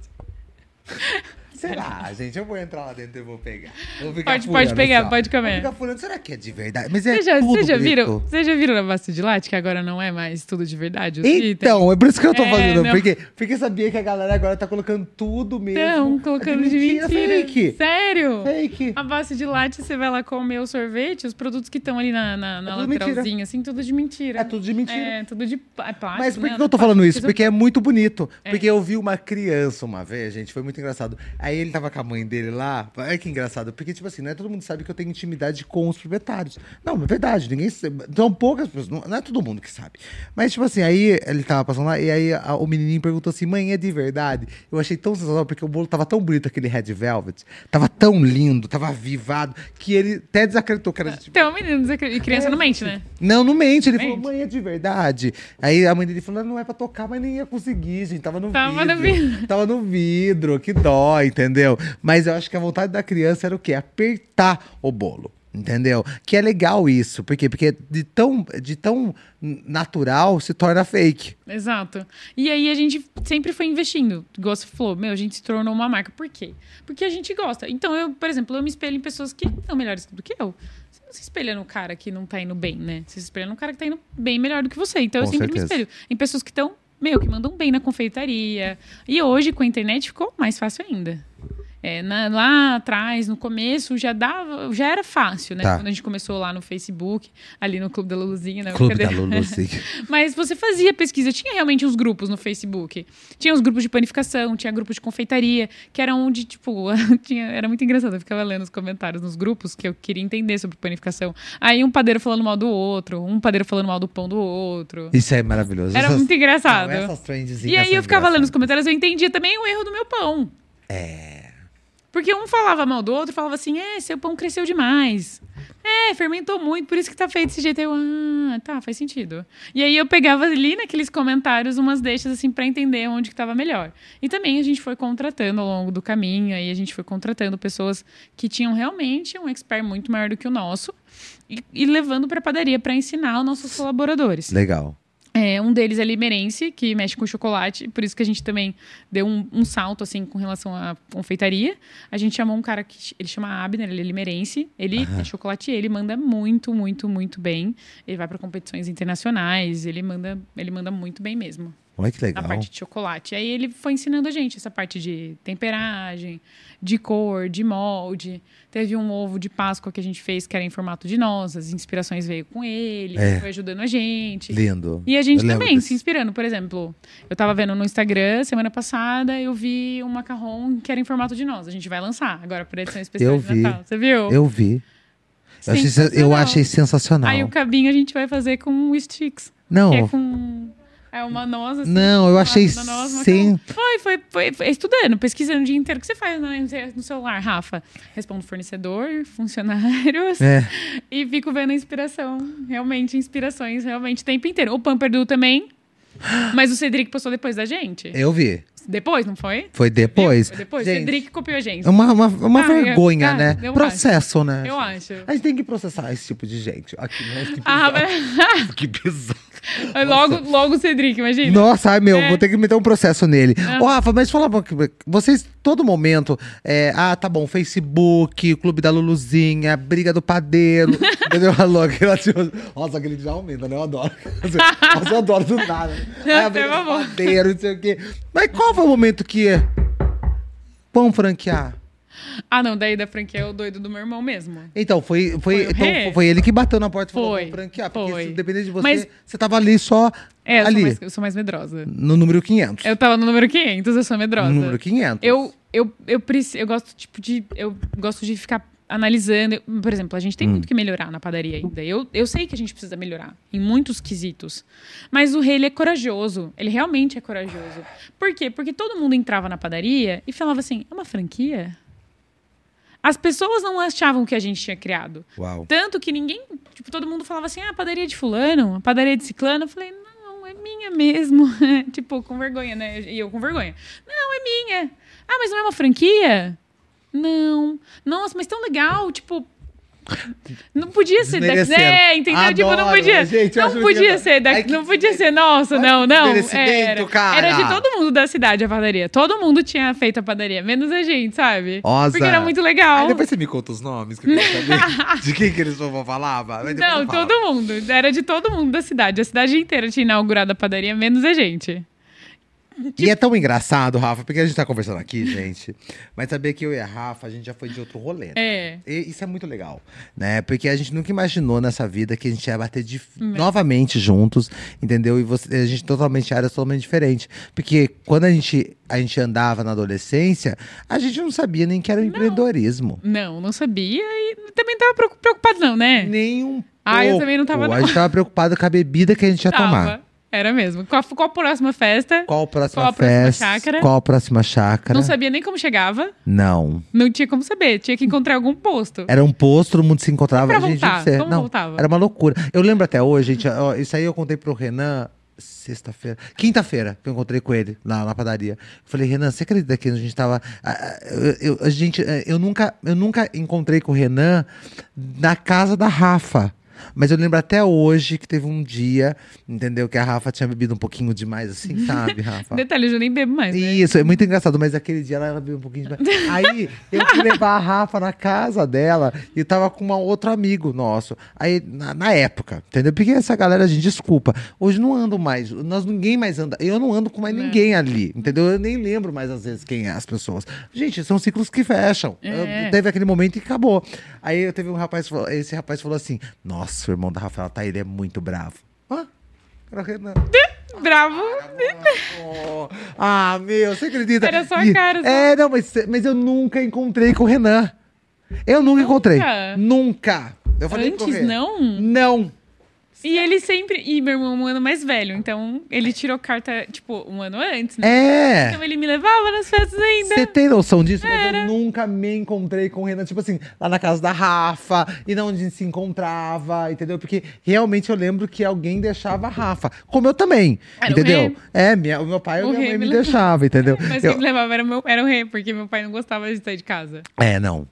A: Será, gente? Eu vou entrar lá dentro e vou pegar. Vou ficar
B: Pode- pode
A: furando, assim,
B: pegar,
A: ó.
B: pode comer.
A: Vou ficar furando. Será que é de verdade? Mas é
B: Vocês já,
A: tudo
B: vocês já viram,
A: bonito.
B: vocês já viram na Basta de Latte, que agora não é mais tudo de verdade? os itens?
A: Então, é por isso que eu tô
B: É,
A: fazendo.
B: não.
A: Porque, porque sabia que a galera agora tá colocando tudo mesmo. É
B: Estão colocando Então, de mentira. é
A: Fake. É
B: Sério?
A: Fake.
B: A base de latte, você vai lá comer o sorvete, os produtos que estão ali na, na, na
A: É tudo mentira.
B: lateralzinha, assim, tudo de mentira.
A: É tudo de mentira.
B: É, tudo de pá- plástico.
A: Mas por
B: né?
A: que eu tô falando isso?
B: Mas eu-
A: Porque é muito bonito. Porque eu vi uma criança uma vez, gente, foi muito engraçado. Aí ele tava com a mãe dele lá. Olha que engraçado. Porque, tipo assim, não é todo mundo sabe que eu tenho intimidade com os proprietários. Não, é verdade. Ninguém. sabe. São poucas pessoas. Não, não é todo mundo que sabe. Mas, tipo assim, aí ele tava passando lá. E aí a- o menininho perguntou assim: mãe, é de verdade? Eu achei tão sensacional. Porque o bolo tava tão bonito, aquele red velvet. Tava tão lindo, tava avivado. Que ele até desacreditou que era de
B: Então, meninos, e criança não mente, né?
A: não, não mente. Ele
B: Mente.
A: falou, mãe, é de verdade. Aí a mãe dele falou, não é pra tocar, mas nem ia conseguir, gente. Tava no
B: Tava
A: vidro.
B: no vidro.
A: Tava no vidro, que dó, entendeu? Mas eu acho que a vontade da criança era o quê? Apertar o bolo. Entendeu? Que é legal isso. Por quê? Porque de tão, de tão natural se torna fake.
B: Exato. E aí a gente sempre foi investindo. Igual você falou, meu, a gente se tornou uma marca. Por quê? Porque a gente gosta. Então, eu, por exemplo, eu me espelho em pessoas que são melhores do que eu. Você não se espelha no cara que não tá indo bem, né? Você se espelha no cara que tá indo bem melhor do que você. Então, eu
A: Com
B: sempre
A: certeza.
B: me espelho em pessoas que estão, meu, que mandam bem na confeitaria. E hoje, com a internet, ficou mais fácil ainda. É, na- lá atrás, no começo, já dava, já era fácil, né?
A: Tá.
B: Quando a gente começou lá no Facebook, ali no Clube da Luluzinha, né? na
A: Clube da
B: época dele.
A: Lulu, sim.
B: Mas você fazia pesquisa, tinha realmente uns grupos no Facebook. Tinha os grupos de panificação, tinha grupos de confeitaria, que era onde, tipo, tinha- era muito engraçado. Eu ficava lendo os comentários nos grupos que eu queria entender sobre panificação. Aí um padeiro falando mal do outro, um padeiro falando mal do pão do outro.
A: Isso é maravilhoso.
B: Era
A: Essas-
B: muito engraçado.
A: Não, essas trendzinhas
B: E aí
A: são
B: eu ficava lendo os
A: engraçadas.
B: comentários, eu entendia também o erro do meu pão. Porque um falava mal do outro, falava assim: é, seu pão cresceu demais. É, fermentou muito, por isso que tá feito desse jeito. Eu, ah, tá, faz sentido. E aí eu pegava ali naqueles comentários umas deixas, assim, pra entender onde que tava melhor. E também a gente foi contratando ao longo do caminho, aí a gente foi contratando pessoas que tinham realmente um expert muito maior do que o nosso e, e levando pra padaria pra ensinar os nossos colaboradores.
A: Legal.
B: É, um deles é limerense, que mexe com chocolate, por isso que a gente também deu um, um salto, assim, com relação à confeitaria. A gente chamou um cara que ch- ele chama Abner, ele é limerense, ele é chocolatier, ele manda muito, muito, muito bem. Ele vai para competições internacionais, ele manda, ele manda muito bem mesmo
A: Olha que
B: na
A: legal.
B: parte de chocolate. Aí ele foi ensinando a gente essa parte de temperagem, de cor, de molde. Teve um ovo de Páscoa que a gente fez que era em formato de nós, as inspirações veio com ele,
A: É.
B: foi ajudando a gente.
A: Lindo.
B: E a gente
A: Eu lembro
B: também,
A: desse.
B: se inspirando. Por exemplo, eu tava vendo no Instagram, semana passada, eu vi um macarrão que era em formato de nós. A gente vai lançar agora por edição especial
A: Eu
B: de
A: vi.
B: Natal. Você viu?
A: Eu vi. Eu achei, sen-
B: Sensacional.
A: eu achei sensacional.
B: Aí o cabinho a gente vai fazer com um sticks. Que é
A: Não,
B: com... É uma noz, assim.
A: não, eu achei
B: Nossa, nossa,
A: sem.
B: Foi, foi, foi, foi estudando, pesquisando o dia inteiro. O que você faz na- no celular, Rafa? Respondo fornecedor, funcionários.
A: É.
B: E fico vendo a inspiração. Realmente, inspirações, realmente, o tempo inteiro. O Pamperdu também. Mas o Cedric postou depois da gente.
A: Eu vi.
B: Depois, não foi?
A: Foi depois.
B: Foi depois.
A: Gente,
B: Cedric copiou a gente.
A: É uma, uma, uma
B: Ah,
A: vergonha,
B: eu-
A: né?
B: ah, eu
A: Processo, né?
B: Eu acho.
A: A gente tem que processar esse tipo de gente. Aqui, né? Que
B: Ah,
A: bizarro.
B: mas-
A: Que bizarro.
B: logo, logo o Cedric, imagina.
A: Nossa, ai meu,
B: É.
A: vou ter que meter um processo nele.
B: Ah.
A: Ô, Rafa, mas fala, vocês, todo momento, é, ah, tá bom, Facebook, Clube da Luluzinha, Briga do Padeiro, entendeu? Alô, aquela, tipo, nossa, aquele já aumenta, né? Eu adoro. Nossa, eu adoro do nada. Ah,
B: Por
A: briga do
B: favor.
A: Padeiro, não sei o quê. Mas qual foi o momento que vamos franquear?
B: Ah, não, daí da franquia é o doido do meu irmão mesmo.
A: Então, foi, foi,
B: Foi o
A: então,
B: Rê?
A: foi ele que bateu na porta e falou,
B: Foi,
A: vamos franquear. Porque
B: foi.
A: se dependesse de você,
B: Mas-
A: você tava ali só,
B: É, eu sou,
A: ali,
B: mais, eu sou mais medrosa.
A: no número 500.
B: Eu tava no número 500, eu sou medrosa.
A: no número 500.
B: Eu, eu, eu, preci- eu gosto, tipo, de. Eu gosto de ficar analisando. Eu- Por exemplo, a gente tem muito que melhorar na padaria ainda. Eu, eu sei que a gente precisa melhorar em muitos quesitos. Mas o rei, ele é corajoso. Ele realmente é corajoso. Por quê? Porque todo mundo entrava na padaria e falava assim: é uma franquia? As pessoas não achavam que a gente tinha criado.
A: Uau.
B: Tanto que ninguém. Tipo, todo mundo falava assim: ah, padaria de fulano, padaria de ciclano. Eu falei, não, é minha mesmo. tipo, com vergonha, né? E eu com vergonha. Não, é minha. Ah, mas não é uma franquia? Não. Nossa, mas tão legal, tipo. Não podia ser daqui.
A: Desmerecendo.
B: É, entendeu? tipo, não
A: Adoro,
B: podia.
A: gente, eu acho
B: não
A: muito
B: podia
A: legal.
B: ser
A: Ai,
B: daqui.
A: que
B: Não podia ser nossa, não, não.
A: desmerecimento,
B: Era,
A: cara.
B: era de todo mundo da cidade a padaria. Todo mundo tinha feito a padaria, menos a gente, sabe?
A: Osa.
B: Porque era muito legal.
A: Aí depois você me conta os nomes que eu quero saber de quem que eles vão falar. vai, depois
B: Não,
A: eu falo.
B: todo mundo. Era de todo mundo da cidade. A cidade inteira tinha inaugurado a padaria, menos a gente.
A: E
B: tipo-
A: é tão engraçado, Rafa, porque a gente tá conversando aqui, gente. Mas saber que eu e a Rafa, a gente já foi de outro rolê. né?
B: É.
A: E isso é muito legal, né? Porque a gente nunca imaginou nessa vida que a gente ia bater de-
B: Hum, é.
A: novamente juntos, entendeu? E você- a gente totalmente áreas totalmente diferente, porque quando a gente a gente andava na adolescência, a gente não sabia nem que era o empreendedorismo.
B: Não, não sabia e também tava preocu- preocupado, não, né?
A: Nem um
B: Ah, eu
A: pouco.
B: também não tava,
A: A
B: não.
A: gente tava preocupado com a bebida que a gente ia tomar.
B: Tava. Era mesmo. Qual, qual a próxima festa?
A: Qual a próxima
B: Qual a próxima
A: festa?
B: chácara?
A: Qual a próxima chácara?
B: Não sabia nem como chegava.
A: Não.
B: Não tinha como saber. Tinha que encontrar algum posto.
A: Era um posto, todo mundo se encontrava.
B: Pra
A: gente,
B: voltar,
A: juro pra você,
B: como
A: não,
B: voltava?
A: Era uma loucura. Eu lembro até hoje, gente, ó, isso aí eu contei pro Renan sexta-feira. Quinta-feira que eu encontrei com ele lá na padaria. Eu falei, Renan, você acredita que a gente tava. ah, ah, Eu, eu- a gente, eh, eu, nunca, eu nunca encontrei com o Renan na casa da Rafa. Mas eu lembro até hoje que teve um dia, entendeu? Que a Rafa tinha bebido um pouquinho demais, assim, sabe, Rafa?
B: Detalhe, eu já nem bebo mais. Né?
A: Isso, é muito engraçado, mas aquele dia ela, ela bebeu um pouquinho demais. Aí eu fui levar a Rafa na casa dela e tava com um outro amigo nosso. Aí, na, na época, entendeu? Porque essa galera, gente, desculpa. Hoje não ando mais, nós ninguém mais anda. Eu não ando com
B: É.
A: mais ninguém ali, entendeu? Eu nem lembro mais, às vezes, quem é as pessoas. Gente, são ciclos que fecham.
B: É.
A: Eu- Teve aquele momento e acabou. Aí eu teve um rapaz, que falou- esse rapaz falou assim: Nossa, o irmão da Rafaela tá, ele é muito bravo. Hã? Era o Renan.
B: Bravo.
A: Oh, Ah, meu, você acredita?
B: Era só a
A: E-
B: cara, só-
A: É, não, mas, mas eu nunca encontrei com o Renan. Eu nunca, encontrei. Nunca. Eu falei pro
B: Antes,
A: Renan.
B: não?
A: Não.
B: E ele sempre. E meu irmão é um ano mais velho. Então, ele tirou carta, tipo, um ano antes, né?
A: É.
B: Então, ele me levava nas festas ainda.
A: Você tem noção disso? Mas eu nunca me encontrei com o Renan, tipo assim, lá na casa da Rafa, e não onde a gente se encontrava, entendeu? Porque realmente eu lembro que alguém deixava a Rafa. Como eu também,
B: Era o
A: entendeu?
B: Rei.
A: É, minha, o meu pai e
B: O
A: minha
B: Rei
A: mãe
B: me
A: me
B: levava.
A: deixava, entendeu?
B: Mas
A: Eu-
B: quem me levava era, o meu, era o rei, porque meu pai não gostava de sair de casa.
A: É, não.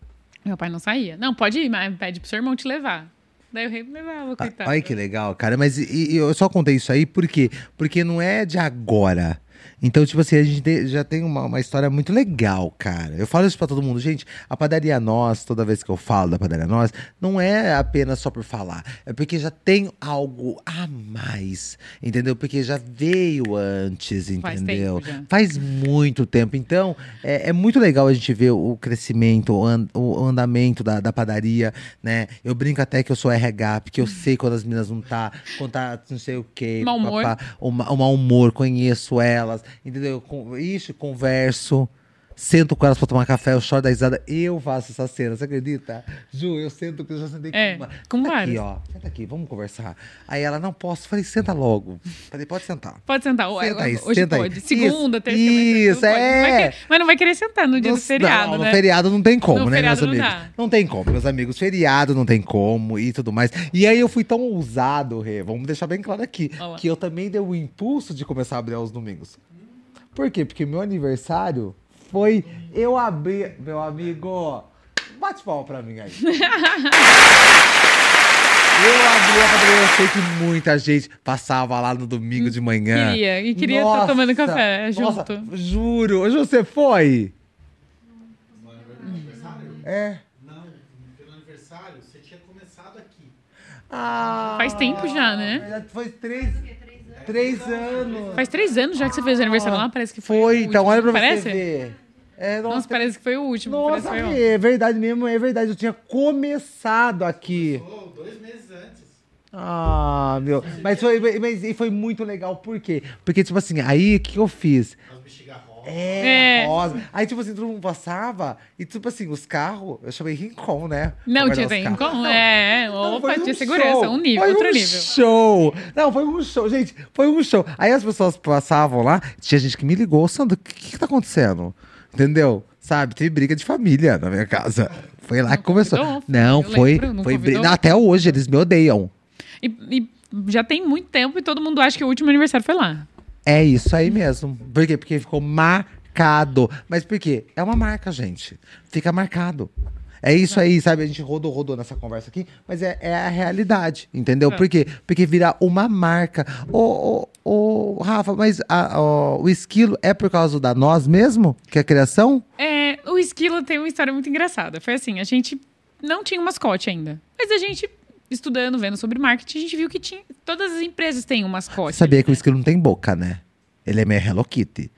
B: Meu pai não saía. Não, pode ir, mas pede pro seu irmão te levar. Daí o rei levava,
A: Ah,
B: coitado.
A: Olha que legal, cara. Mas e- e eu só contei isso aí por quê? Porque não é de agora. Então, tipo assim, a gente te- já tem uma, uma história muito legal, cara. Eu falo isso pra todo mundo. Gente, a padaria nós, toda vez que eu falo da padaria nós, não é apenas só por falar. É porque já tem algo a mais, entendeu? Porque já veio antes,
B: Faz
A: entendeu?
B: tempo já.
A: Faz muito tempo. Então, é, é muito legal a gente ver o crescimento, o, an- o andamento da, da padaria, né? Eu brinco até que eu sou RH, porque eu sei quando as meninas não tá, quando tá não sei o quê.
B: Mau humor.
A: papá, O, ma- o mau humor, conheço elas, entendeu? Con- Ixi, converso. Sento com elas pra tomar café, eu choro da risada. Eu faço essa cena, você acredita? Ju, eu sento, eu já sentei
B: É,
A: com uma.
B: com
A: Senta aqui,
B: várias.
A: ó. Senta aqui, vamos conversar. Aí ela, não posso. Falei, senta logo. Falei, pode sentar.
B: Pode sentar.
A: Senta aí,
B: Hoje
A: senta aí.
B: pode. Segunda,
A: Isso,
B: terça, mas não pode. Não
A: isso,
B: vai
A: é.
B: querer- Mas não vai querer sentar no dia
A: No-
B: do feriado,
A: não,
B: né?
A: No feriado não tem como,
B: No
A: né,
B: feriado
A: meus
B: não
A: amigos?
B: dá.
A: Não tem como, meus amigos. Feriado não tem como e tudo mais. E aí eu fui tão ousado, Rê, vamos deixar bem claro aqui,
B: Olha lá.
A: que eu também dei o impulso de começar a abrir aos domingos. Por quê? Porque meu aniversário foi eu abrir, meu amigo. Bate palma pra mim aí. Eu abri a padaria, eu sei que muita gente passava lá no domingo de manhã.
B: Queria, e queria tá tomando café
A: nossa,
B: junto.
A: Juro, Ju, você foi? É.
D: Não, pelo aniversário, você tinha começado aqui.
A: Ah,
B: Faz tempo já, né?
A: verdade, Foi três, três anos.
B: Faz três anos já que você fez o aniversário lá, parece que foi. o
A: Foi,
B: último.
A: então olha pra
B: parece?
A: você ver. É, nossa,
B: Nossa, parece que foi o último.
A: nossa,
B: parece que foi, ó.
A: é verdade mesmo, é verdade. Eu tinha começado aqui.
D: Ou dois meses antes.
A: Ah, meu. Mas foi, mas, e foi muito legal, por quê? Porque, tipo assim, aí o que eu fiz?
D: As bexigas rosa.
A: É,
B: É.
A: rosa. Aí, tipo assim, todo mundo passava e, tipo assim, os carros, eu chamei Rincon, né?
B: Não,
A: Pra
B: tinha
A: guardar os
B: tem
A: carros.
B: como? É, é.
A: Não,
B: opa,
A: foi
B: tinha
A: um
B: segurança,
A: show.
B: um nível,
A: Foi
B: outro
A: um
B: nível.
A: show. Não, foi um show, gente, foi um show. Aí as pessoas passavam lá, tinha gente que me ligou, Sandro, o que, que tá acontecendo? Entendeu? Sabe, teve briga de família na minha casa. Foi lá que começou.
B: convidou?
A: não,
B: Eu
A: foi,
B: lembro, não
A: foi bem-
B: convidou?
A: até hoje eles me odeiam.
B: E, e já tem muito tempo e todo mundo acha que o último aniversário foi lá.
A: É isso aí mesmo. Por quê? Porque ficou marcado. Mas por quê? É uma marca, gente. Fica marcado. É isso aí, sabe? A gente rodou, rodou nessa conversa aqui, mas é, é a realidade, entendeu?
B: É.
A: Por quê? Porque vira uma marca. Ô, ô, ô, Rafa, mas a- ó, o esquilo é por causa da nós mesmo? Que é a criação?
B: É, o Esquilo tem uma história muito engraçada. Foi assim, a gente não tinha um mascote ainda. Mas a gente, estudando, vendo sobre marketing, a gente viu que tinha, todas as empresas têm um mascote.
A: Sabia que o esquilo não tem boca, né? Ele é meio Hello Kitty.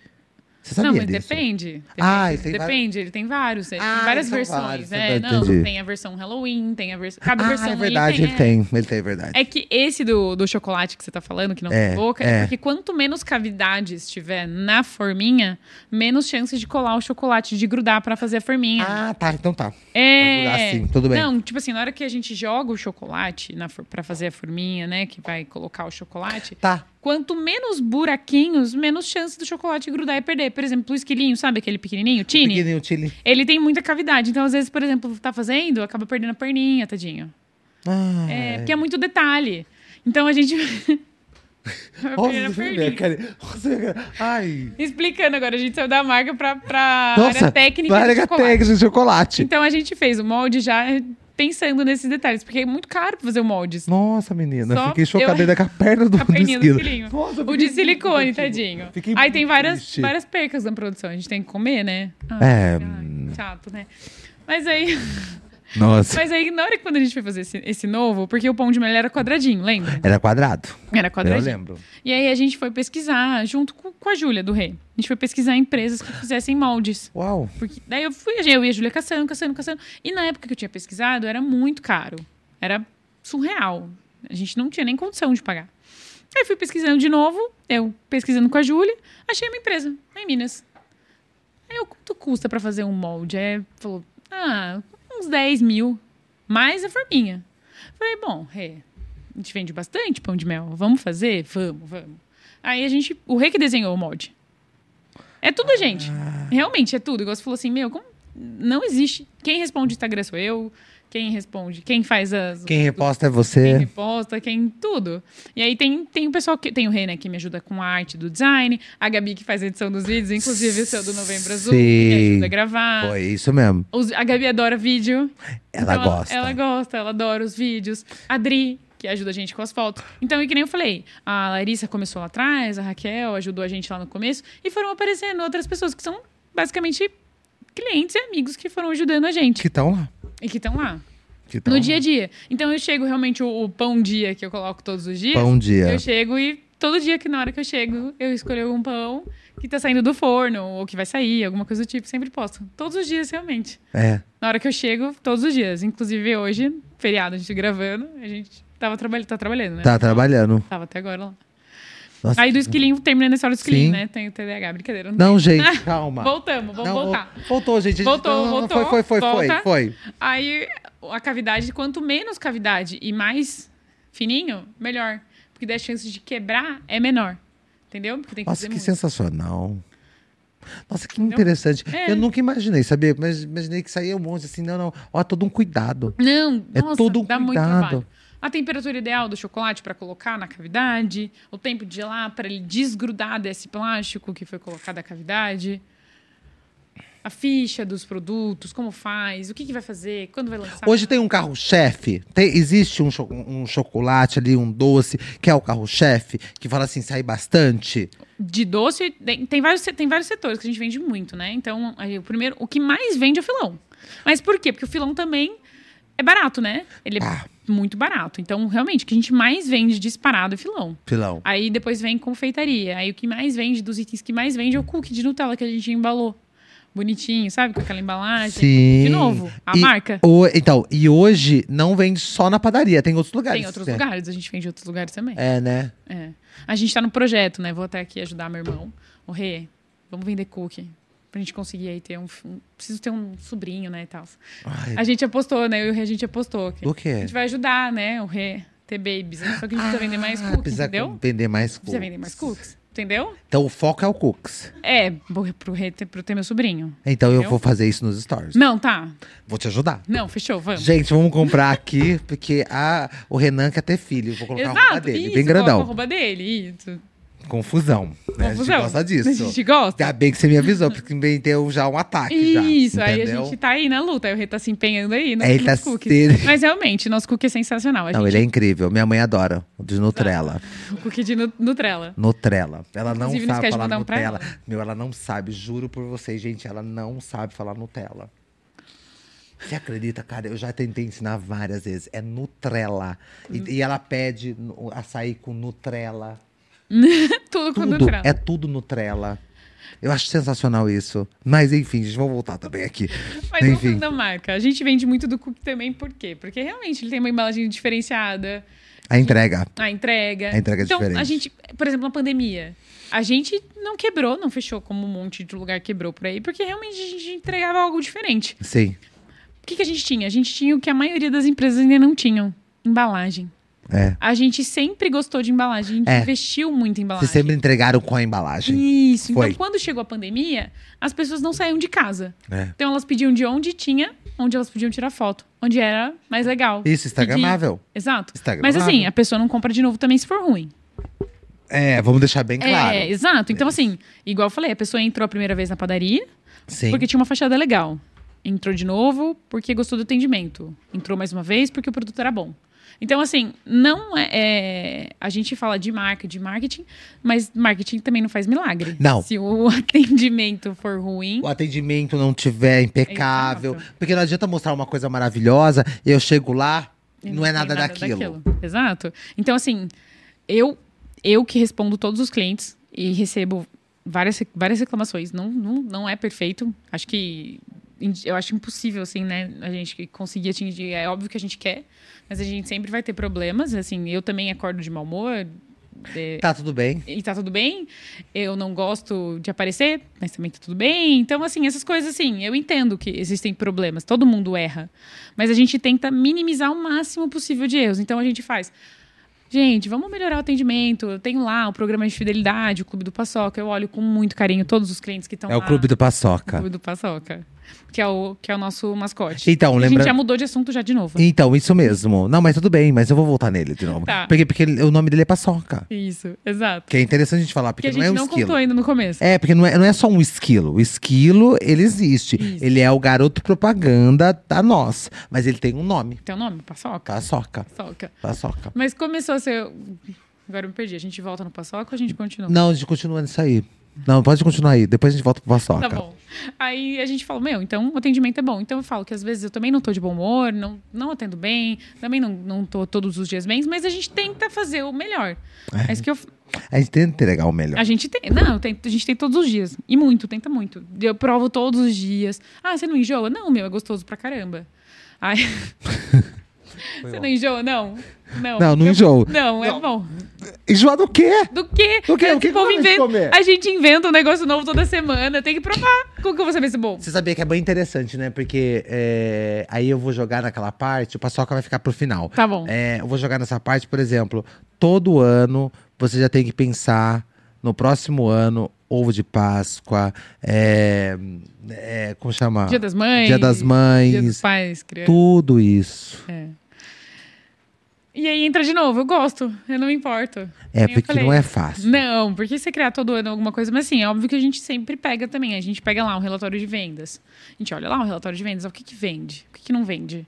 A: Você sabia
B: Não, mas
A: disso?
B: depende. depende
A: Ah, ele tem
B: depende, ele tem vários. Ele
A: Ah,
B: tem várias
A: são
B: versões.
A: vários,
B: é,
A: verdade,
B: não,
A: entendi.
B: tem a versão Halloween, tem a versão. Cada
A: Ah,
B: versão
A: é
B: ele
A: verdade,
B: tem,
A: ele tem. Ele tem, é verdade.
B: É que esse do, do chocolate que você tá falando, que não
A: É,
B: tem boca, é.
A: é.
B: porque quanto menos cavidades tiver na forminha, menos chances de colar o chocolate, de grudar pra fazer a forminha.
A: Ah, tá, então tá.
B: é.
A: grudar sim, tudo bem.
B: Não, tipo assim, na hora que a gente joga o chocolate na, for- pra fazer a forminha, né, que vai colocar o chocolate,
A: Tá.
B: quanto menos buraquinhos, menos chance do chocolate grudar e perder. Por exemplo, o esquilinho, sabe aquele pequenininho, tini?
A: Pequenininho, Tilly.
B: Ele tem muita cavidade. Então, às vezes, por exemplo, tá fazendo, acaba perdendo a perninha, tadinho.
A: Ah.
B: É, porque é muito detalhe. Então a gente. Eu
A: Nossa,
B: perdi.
A: minha cara. Nossa, minha cara. Ai.
B: Explicando agora, a gente saiu da marca pra, pra
A: Nossa,
B: área técnica.
A: pra
B: do
A: área
B: chocolate.
A: técnica de chocolate.
B: Então a gente fez o molde já pensando nesses detalhes, porque é muito caro pra fazer o molde.
A: Nossa, menina,
B: Só
A: fiquei chocada
B: eu- Tá
A: ainda com a perna do,
B: A
A: do
B: perninha do
A: esquilo.
B: filhinho.
A: Nossa, eu
B: o
A: fiquei
B: de silicone,
A: muito
B: tadinho.
A: Fiquei
B: Aí tem
A: muito
B: várias,
A: triste.
B: várias percas na produção, a gente tem que comer, né?
A: É.
B: ai, chato, né? Mas aí,
A: Nossa.
B: mas aí, na hora que quando a gente foi fazer esse, esse novo, porque o pão de melhor era quadradinho, lembra?
A: Era quadrado.
B: Era
A: Eu
B: quadradinho.
A: lembro.
B: E aí a gente foi pesquisar, junto com, com a Júlia do Rei. A gente foi pesquisar empresas que fizessem moldes.
A: Uau.
B: Porque daí eu fui, eu e a Júlia caçando, caçando, caçando. E na época que eu tinha pesquisado, era muito caro. Era surreal. A gente não tinha nem condição de pagar. Aí fui pesquisando de novo, eu pesquisando com a Júlia, achei uma empresa, lá em Minas. Aí eu, quanto custa pra fazer um molde? Aí falou, ah, uns 10 mil, mais a forminha. Falei, bom, Rê, a gente vende bastante pão de mel, vamos fazer? Vamos, vamos. Aí a gente, o Rê que desenhou o molde. É tudo a gente, realmente é tudo. Igual você falou assim, meu, como não existe. Quem responde Instagram sou eu, quem responde, quem faz as
A: Quem reposta é
B: quem
A: você.
B: reposta, quem tudo. E aí tem, tem o pessoal que. Tem o Rei, né, que me ajuda com a arte do design, a Gabi que faz a edição dos vídeos, inclusive o seu do Novembro Azul, que me
A: Sim.
B: ajuda a gravar.
A: Foi é isso mesmo.
B: Os- a Gabi adora vídeo.
A: Ela
B: Então,
A: gosta.
B: Ela, gosta, ela adora os vídeos. A Dri, que ajuda a gente com as fotos. Então, e que nem eu falei, a Larissa começou lá atrás, a Raquel ajudou a gente lá no começo, e foram aparecendo outras pessoas que são basicamente clientes e amigos que foram ajudando a gente
A: Que estão lá.
B: e que estão lá
A: Que tão
B: no
A: lá.
B: dia a dia. Então eu chego realmente o, o pão dia que eu coloco todos os dias.
A: Pão dia.
B: Eu chego e todo dia que na hora que eu chego, eu escolho algum pão que tá saindo do forno ou que vai sair, alguma coisa do tipo, sempre posto. Todos os dias realmente.
A: É.
B: Na hora que eu chego, todos os dias. Inclusive hoje, feriado, a gente gravando, a gente tava trabalhando, tá trabalhando, né?
A: Tá trabalhando.
B: Tava até agora lá.
A: Nossa.
B: Aí do esquilinho, terminando a história do esquilinho,
A: Sim.
B: né? Tem o TDAH, brincadeira. não
A: Não, gente, calma.
B: Voltamos, vamos
A: Não,
B: voltar.
A: Voltou, gente. A gente-
B: Voltou,
A: não, não, não,
B: voltou,
A: Foi, foi, foi,
B: volta.
A: foi, foi.
B: Aí a cavidade, quanto menos cavidade e mais fininho, melhor. Porque daí a chance de quebrar é menor. Entendeu? Porque tem que
A: Nossa,
B: fazer
A: que
B: muito.
A: sensacional. Nossa, que
B: Entendeu?
A: interessante.
B: É.
A: Eu nunca imaginei, sabia? Mas imaginei que saía um monte assim, não, não. Ó, todo um cuidado.
B: Não,
A: É
B: nossa,
A: todo um
B: dá muito
A: cuidado.
B: trabalho. A temperatura ideal do chocolate para colocar na cavidade, o tempo de gelar para ele desgrudar desse plástico que foi colocado na cavidade. A ficha dos produtos, como faz, o que, que vai fazer, quando vai lançar.
A: Hoje tem um carro-chefe. Tem- Existe um, cho- um chocolate ali, um doce, que é o carro-chefe, que fala assim, sai bastante.
B: De doce, tem, tem vários, se- tem vários setores que a gente vende muito, né? Então, aí, o primeiro, o que mais vende é o filão. Mas por quê? Porque o filão também é barato, né? Ele é
A: Ah.
B: muito barato. Então, realmente, o que a gente mais vende disparado é filão.
A: Filão.
B: Aí depois vem confeitaria. Aí o que mais vende, dos itens que mais vende, é o cookie de Nutella que a gente embalou. Bonitinho, sabe? Com aquela embalagem.
A: Sim.
B: De novo, a
A: E
B: marca.
A: o- então, e hoje não vende só na padaria, tem outros lugares.
B: Tem outros
A: né?
B: lugares, a gente vende em outros lugares também.
A: É, né?
B: É. A gente tá no projeto, né? Vou até aqui ajudar meu irmão. O Rê, vamos vender cookie. Pra gente conseguir aí ter um. um- preciso ter um sobrinho, né? E tal.
A: Ai,
B: A gente apostou, né? Eu e o Rê, a gente apostou. Que
A: do
B: a
A: quê?
B: gente vai ajudar, né? O Rê ter babies. né? Só que a gente precisa vender mais
A: Ah,
B: cookies,
A: precisa
B: entendeu?
A: vender mais
B: Precisa
A: cookies.
B: vender mais cookies, entendeu?
A: Então o foco é o cookies.
B: É, vou- pro Rê ter, pro ter meu sobrinho.
A: Então eu
B: Entendeu?
A: vou fazer isso nos stories.
B: Não, tá.
A: Vou te ajudar.
B: Não, fechou, vamos.
A: Gente, vamos comprar aqui, porque a, o Renan quer ter filho. Vou colocar a roupa
B: Exato,
A: dele,
B: isso,
A: bem
B: coloca
A: grandão.
B: a roupa dele, isso.
A: Confusão. né?
B: Confusão.
A: A gente gosta
B: A
A: disso.
B: gente gosta.
A: Ainda bem que você me avisou, porque também deu já um ataque.
B: Isso,
A: já,
B: aí a
A: entendeu?
B: gente tá aí na luta, aí o Rê tá se empenhando aí no,
A: É, ele tá
B: nos
A: se-
B: cookies. Mas realmente, nosso cookie é sensacional. A
A: Não,
B: gente
A: ele é incrível. Minha mãe adora. O de Nutrella.
B: o cookie de nu- Nutella.
A: Nutrella. Ela não
B: Inclusive, não
A: sabe
B: esquece de
A: falar
B: mandar um pra
A: Nutella.
B: ela.
A: Meu, ela não sabe. Juro por vocês, gente. Ela não sabe falar Nutella. Você acredita, cara? Eu já tentei ensinar várias vezes. É Nutrella.
B: Hum.
A: E, e ela pede nu- açaí com Nutrella.
B: Tudo com
A: Tudo.
B: Nutella.
A: É tudo Nutrella. Eu acho sensacional isso. Mas enfim, gente, vamos voltar também aqui.
B: Mas não
A: enfim.
B: falando da marca. A gente vende muito do cookie também, por quê? Porque realmente ele tem uma embalagem diferenciada,
A: A entrega.
B: a entrega.
A: A entrega é
B: então,
A: diferente.
B: a gente, por exemplo, na pandemia, a gente não quebrou, não fechou como um monte de lugar quebrou por aí, porque realmente a gente entregava algo diferente.
A: Sim.
B: O que, que a gente tinha? A gente tinha o que a maioria das empresas ainda não tinham: embalagem.
A: É.
B: A gente sempre gostou de embalagem, a gente
A: É.
B: investiu muito em embalagem.
A: Vocês sempre entregaram com a embalagem.
B: Isso.
A: Foi.
B: Então, quando chegou a pandemia, as pessoas não saíam de casa.
A: É.
B: Então, elas pediam de onde tinha, onde elas podiam tirar foto, onde era mais legal.
A: Isso, Instagramável.
B: Exato. Mas
A: Instagramável.
B: assim, a pessoa não compra de novo também se for ruim.
A: É, vamos deixar bem claro.
B: É, exato. Então, assim, igual eu falei, a pessoa entrou a primeira vez na padaria,
A: Sim.
B: Porque tinha uma fachada legal. Entrou de novo porque gostou do atendimento. Entrou mais uma vez porque o produto era bom. Então, assim, não é. é- a gente fala de marca, de marketing, mas marketing também não faz milagre.
A: Não.
B: Se o atendimento for ruim.
A: o atendimento não tiver impecável.
B: Exato.
A: Porque não adianta mostrar uma coisa maravilhosa, eu chego lá e não, é
B: tem
A: nada, daquilo.
B: Exato. Então, assim, eu, eu que respondo todos os clientes e recebo várias, várias reclamações. Não, não, não é perfeito. Acho que. Eu acho impossível, assim, né? A gente conseguir atingir. É óbvio que a gente quer, mas a gente sempre vai ter problemas. Assim, eu também acordo de mau humor. é,
A: Tá tudo bem.
B: e tá tudo bem. Eu não gosto de aparecer, mas também tá tudo bem. Então, assim, essas coisas, assim, eu entendo que existem problemas, todo mundo erra. Mas a gente tenta minimizar o máximo possível de erros. Então, a gente faz. Gente, vamos melhorar o atendimento. Eu tenho lá o programa de fidelidade, É o Clube do Paçoca. Eu olho com muito carinho todos os clientes que estão Então lá.
A: É do
B: O
A: Paçoca.
B: Clube do Paçoca. que é o, que é o nosso mascote.
A: Então,
B: A gente
A: lembra-
B: já mudou de assunto já de novo.
A: Então, isso mesmo. Não, mas tudo bem, mas eu vou voltar nele de novo.
B: Tá.
A: Porque, porque ele- o nome dele é Paçoca.
B: Isso, exato.
A: Que é interessante a gente falar,
B: Que
A: porque
B: a gente
A: não é um
B: não
A: esquilo.
B: contou ainda no começo.
A: É, porque não é, não é só um esquilo. O esquilo, ele existe.
B: Isso.
A: Ele é o garoto propaganda da nós. Mas ele tem um nome.
B: Tem o nome? Paçoca?
A: Paçoca.
B: Paçoca.
A: Paçoca.
B: Mas começou a ser. Agora eu me perdi. A gente volta no paçoca ou a gente continua?
A: Não, a gente continua nisso aí. Não, pode continuar aí. Depois a gente volta pro Paçoca.
B: Tá bom. Aí a gente fala, meu, então o atendimento é bom. Então eu falo que às vezes eu também não tô de bom humor, não, não atendo bem, também não, não tô todos os dias bem, mas a gente tenta fazer o melhor. É isso que eu.
A: A gente tenta entregar o melhor.
B: A gente tem. Não, tem- a gente tem todos os dias. E muito, tenta muito. Eu provo todos os dias. Ah, você não enjoa? Não, meu, é gostoso pra caramba. Ai. você não enjoa? Não. Não,
A: Não, não
B: Eu-
A: enjoo.
B: Não, é bom.
A: Enjoar do quê?
B: Do que?
C: Do quê? O que que
B: povo
C: eu vou
B: inventa-
C: comer?
B: A gente inventa um negócio novo toda semana. Tem que provar. Como que eu vou saber se é bom?
A: Você sabia que é bem interessante, né? Porque é, aí eu vou jogar naquela parte, o Paçoca vai ficar pro final.
B: Tá bom.
A: É, eu vou jogar nessa parte, por exemplo, todo ano você já tem que pensar no próximo ano, ovo de Páscoa, é, é, como chama?
B: Dia das Mães.
A: Dia das
B: Dia dos
A: Mães,
B: pais, criança.
A: tudo isso.
B: É. E aí entra de novo, eu gosto, eu não me importo. Nem
A: É,
B: eu
A: porque
B: falei. né?
A: não é fácil.
B: Não, porque você criar todo ano alguma coisa, mas assim, é óbvio que a gente sempre pega também. A gente pega lá um relatório de vendas. A gente olha lá um relatório de vendas, ó, o que, que vende? O que, que não vende?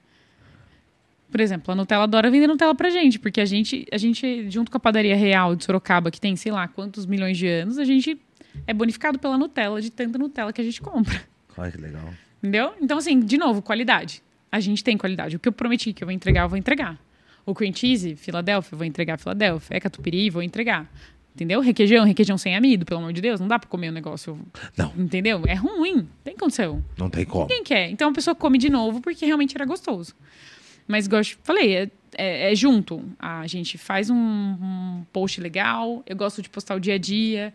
B: Por exemplo, a Nutella adora vender Nutella pra gente, porque a gente, a gente, junto com a padaria real de Sorocaba, que tem sei lá quantos milhões de anos, a gente é bonificado pela Nutella, de tanta Nutella que a gente compra.
A: Olha que legal.
B: Entendeu? Então, assim, de novo, qualidade. A gente tem qualidade. O que eu prometi que eu vou entregar, eu vou entregar. O cream cheese, Filadélfia, eu vou entregar Filadélfia. É catupiry, vou entregar. Entendeu? Requeijão, requeijão sem amido, pelo amor de Deus. Não dá pra comer o negócio.
A: Não.
B: Entendeu? É ruim. Tem condição.
A: Não tem como.
B: Ninguém quer. Então a pessoa come de novo porque realmente era gostoso. Mas, igual eu te falei, é, é- é junto. A gente faz um, um post legal, eu gosto de postar o dia a dia.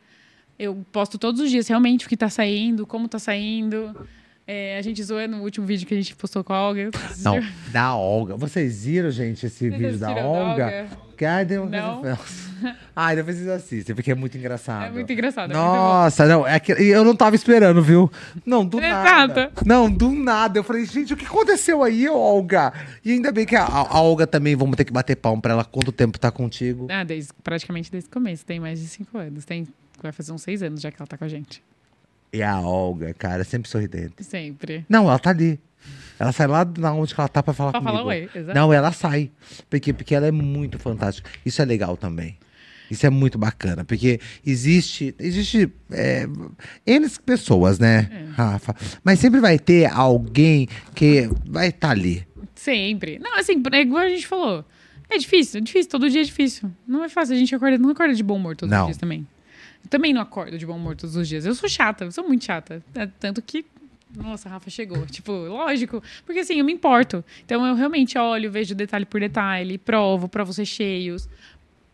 B: Eu posto todos os dias realmente o que tá saindo, como tá saindo. É, a gente zoa no último vídeo que a gente postou com a Olga.
A: Não, da Olga. Vocês viram, gente, esse
B: Vocês
A: vídeo da
B: viram da
A: Olga?
B: Olga?
A: Que, ai, deu uma
B: Não.
A: coisa feia. Ai, depois vocês assistem, porque é muito engraçado.
B: É muito engraçado, é muito
A: Nossa, não, é que- eu não tava esperando, viu? Não, do nada.
B: Exato.
A: Não, do nada. Eu falei, gente, o que aconteceu aí, Olga? E ainda bem que a, a- a Olga também, vamos ter que bater palmo pra ela quanto tempo tá contigo.
B: Ah, desde, praticamente desde o começo. Tem mais de cinco anos. Tem, vai fazer uns seis anos já que ela tá com a gente.
A: E a Olga, cara, sempre sorridente.
B: Sempre.
A: Não, ela tá ali. Ela sai lá da onde que ela tá pra falar
B: Pra
A: comigo.
B: falar oi, exato.
A: Não, ela sai. Porque, porque ela é muito fantástica. Isso é legal também. Isso é muito bacana. Porque existe... Existe... É, N pessoas, né,
B: É.
A: Rafa? Mas sempre vai ter alguém que vai estar ali.
B: Sempre. Não, assim, é igual a gente falou. É difícil, é difícil, todo dia é difícil. Não é fácil, a gente acorda, não acorda de bom humor todos
A: Não.
B: os dias também. Eu também não acordo de bom humor todos os dias. Eu sou chata, eu sou muito chata. É, Tanto que. Nossa, a Rafa chegou. Tipo, lógico. Porque assim, eu me importo. Então eu realmente olho, vejo detalhe por detalhe, provo, provo os recheios,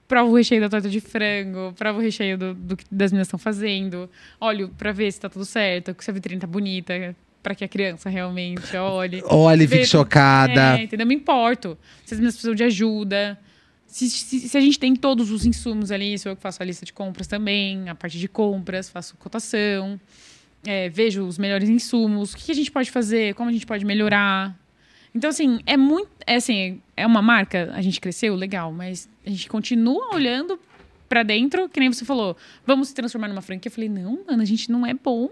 B: provo o recheio da torta de frango, provo o recheio do, do que das meninas estão fazendo, olho pra ver se tá tudo certo, se a vitrine tá bonita, pra que a criança realmente olhe.
A: Olha, e
B: Vê-
A: fique chocada.
B: É, entendeu? Me importo. Se as meninas precisam de ajuda. Se, se- se a gente tem todos os insumos ali, sou eu que faço a lista de compras também, a parte de compras, faço cotação, é, vejo os melhores insumos, o que a gente pode fazer, como a gente pode melhorar. Então, assim, é muito. É, assim, é uma marca, a gente cresceu, legal, mas a gente continua olhando pra dentro, que nem você falou, vamos se transformar numa franquia. Eu falei, não, mano, a gente não é bom.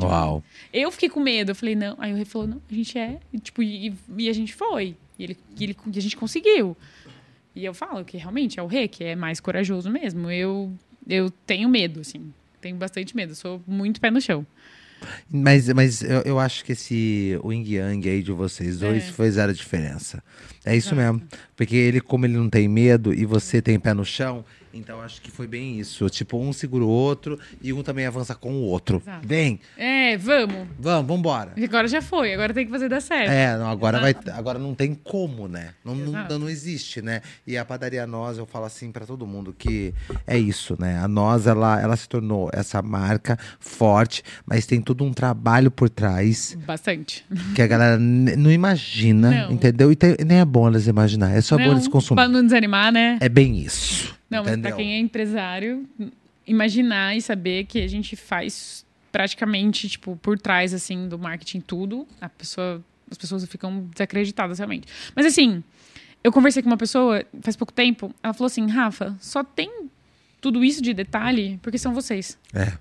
A: Uau.
B: Eu fiquei com medo, eu falei, não. Aí o Rei falou, não, a gente é. E, tipo, e, e a gente foi. E, ele, e, ele, e a gente conseguiu. E eu falo que realmente é o Rei que é mais corajoso mesmo. Eu, eu tenho medo, assim. Tenho bastante medo. eu Sou muito pé no chão.
A: Mas, mas eu, eu acho que esse Wing Yang aí de vocês dois
B: É.
A: fez a diferença. É isso mesmo. Porque ele, como ele não tem medo e você tem pé no chão, então acho que foi bem isso. Tipo, um segura o outro e um também avança com o outro.
B: Exato.
A: Vem,
B: É, vamos.
A: vamos, vambora.
B: Agora já foi, agora tem que fazer dar certo.
A: É, não, agora, vai, agora não tem como, né? Não, não,
B: Exato.
A: não existe, né? E a padaria Nós, eu falo assim pra todo mundo que é isso, né? A Nós, ela, ela se tornou essa marca forte, mas tem todo um trabalho por trás
B: Bastante.
A: que a galera ne- não imagina,
B: Não.
A: entendeu? E tem- nem é bom elas imaginar, é só bom eles
B: Pra
A: consumirem.
B: não desanimar, né?
A: É bem isso.
B: Não, mas
A: entendeu?
B: pra quem é empresário, imaginar e saber que a gente faz praticamente, tipo, por trás, assim, do marketing tudo. A pessoa, as pessoas ficam desacreditadas, realmente. Mas, assim, eu conversei com uma pessoa faz pouco tempo. Ela falou assim, Rafa, só tem tudo isso de detalhe porque são vocês.
A: É.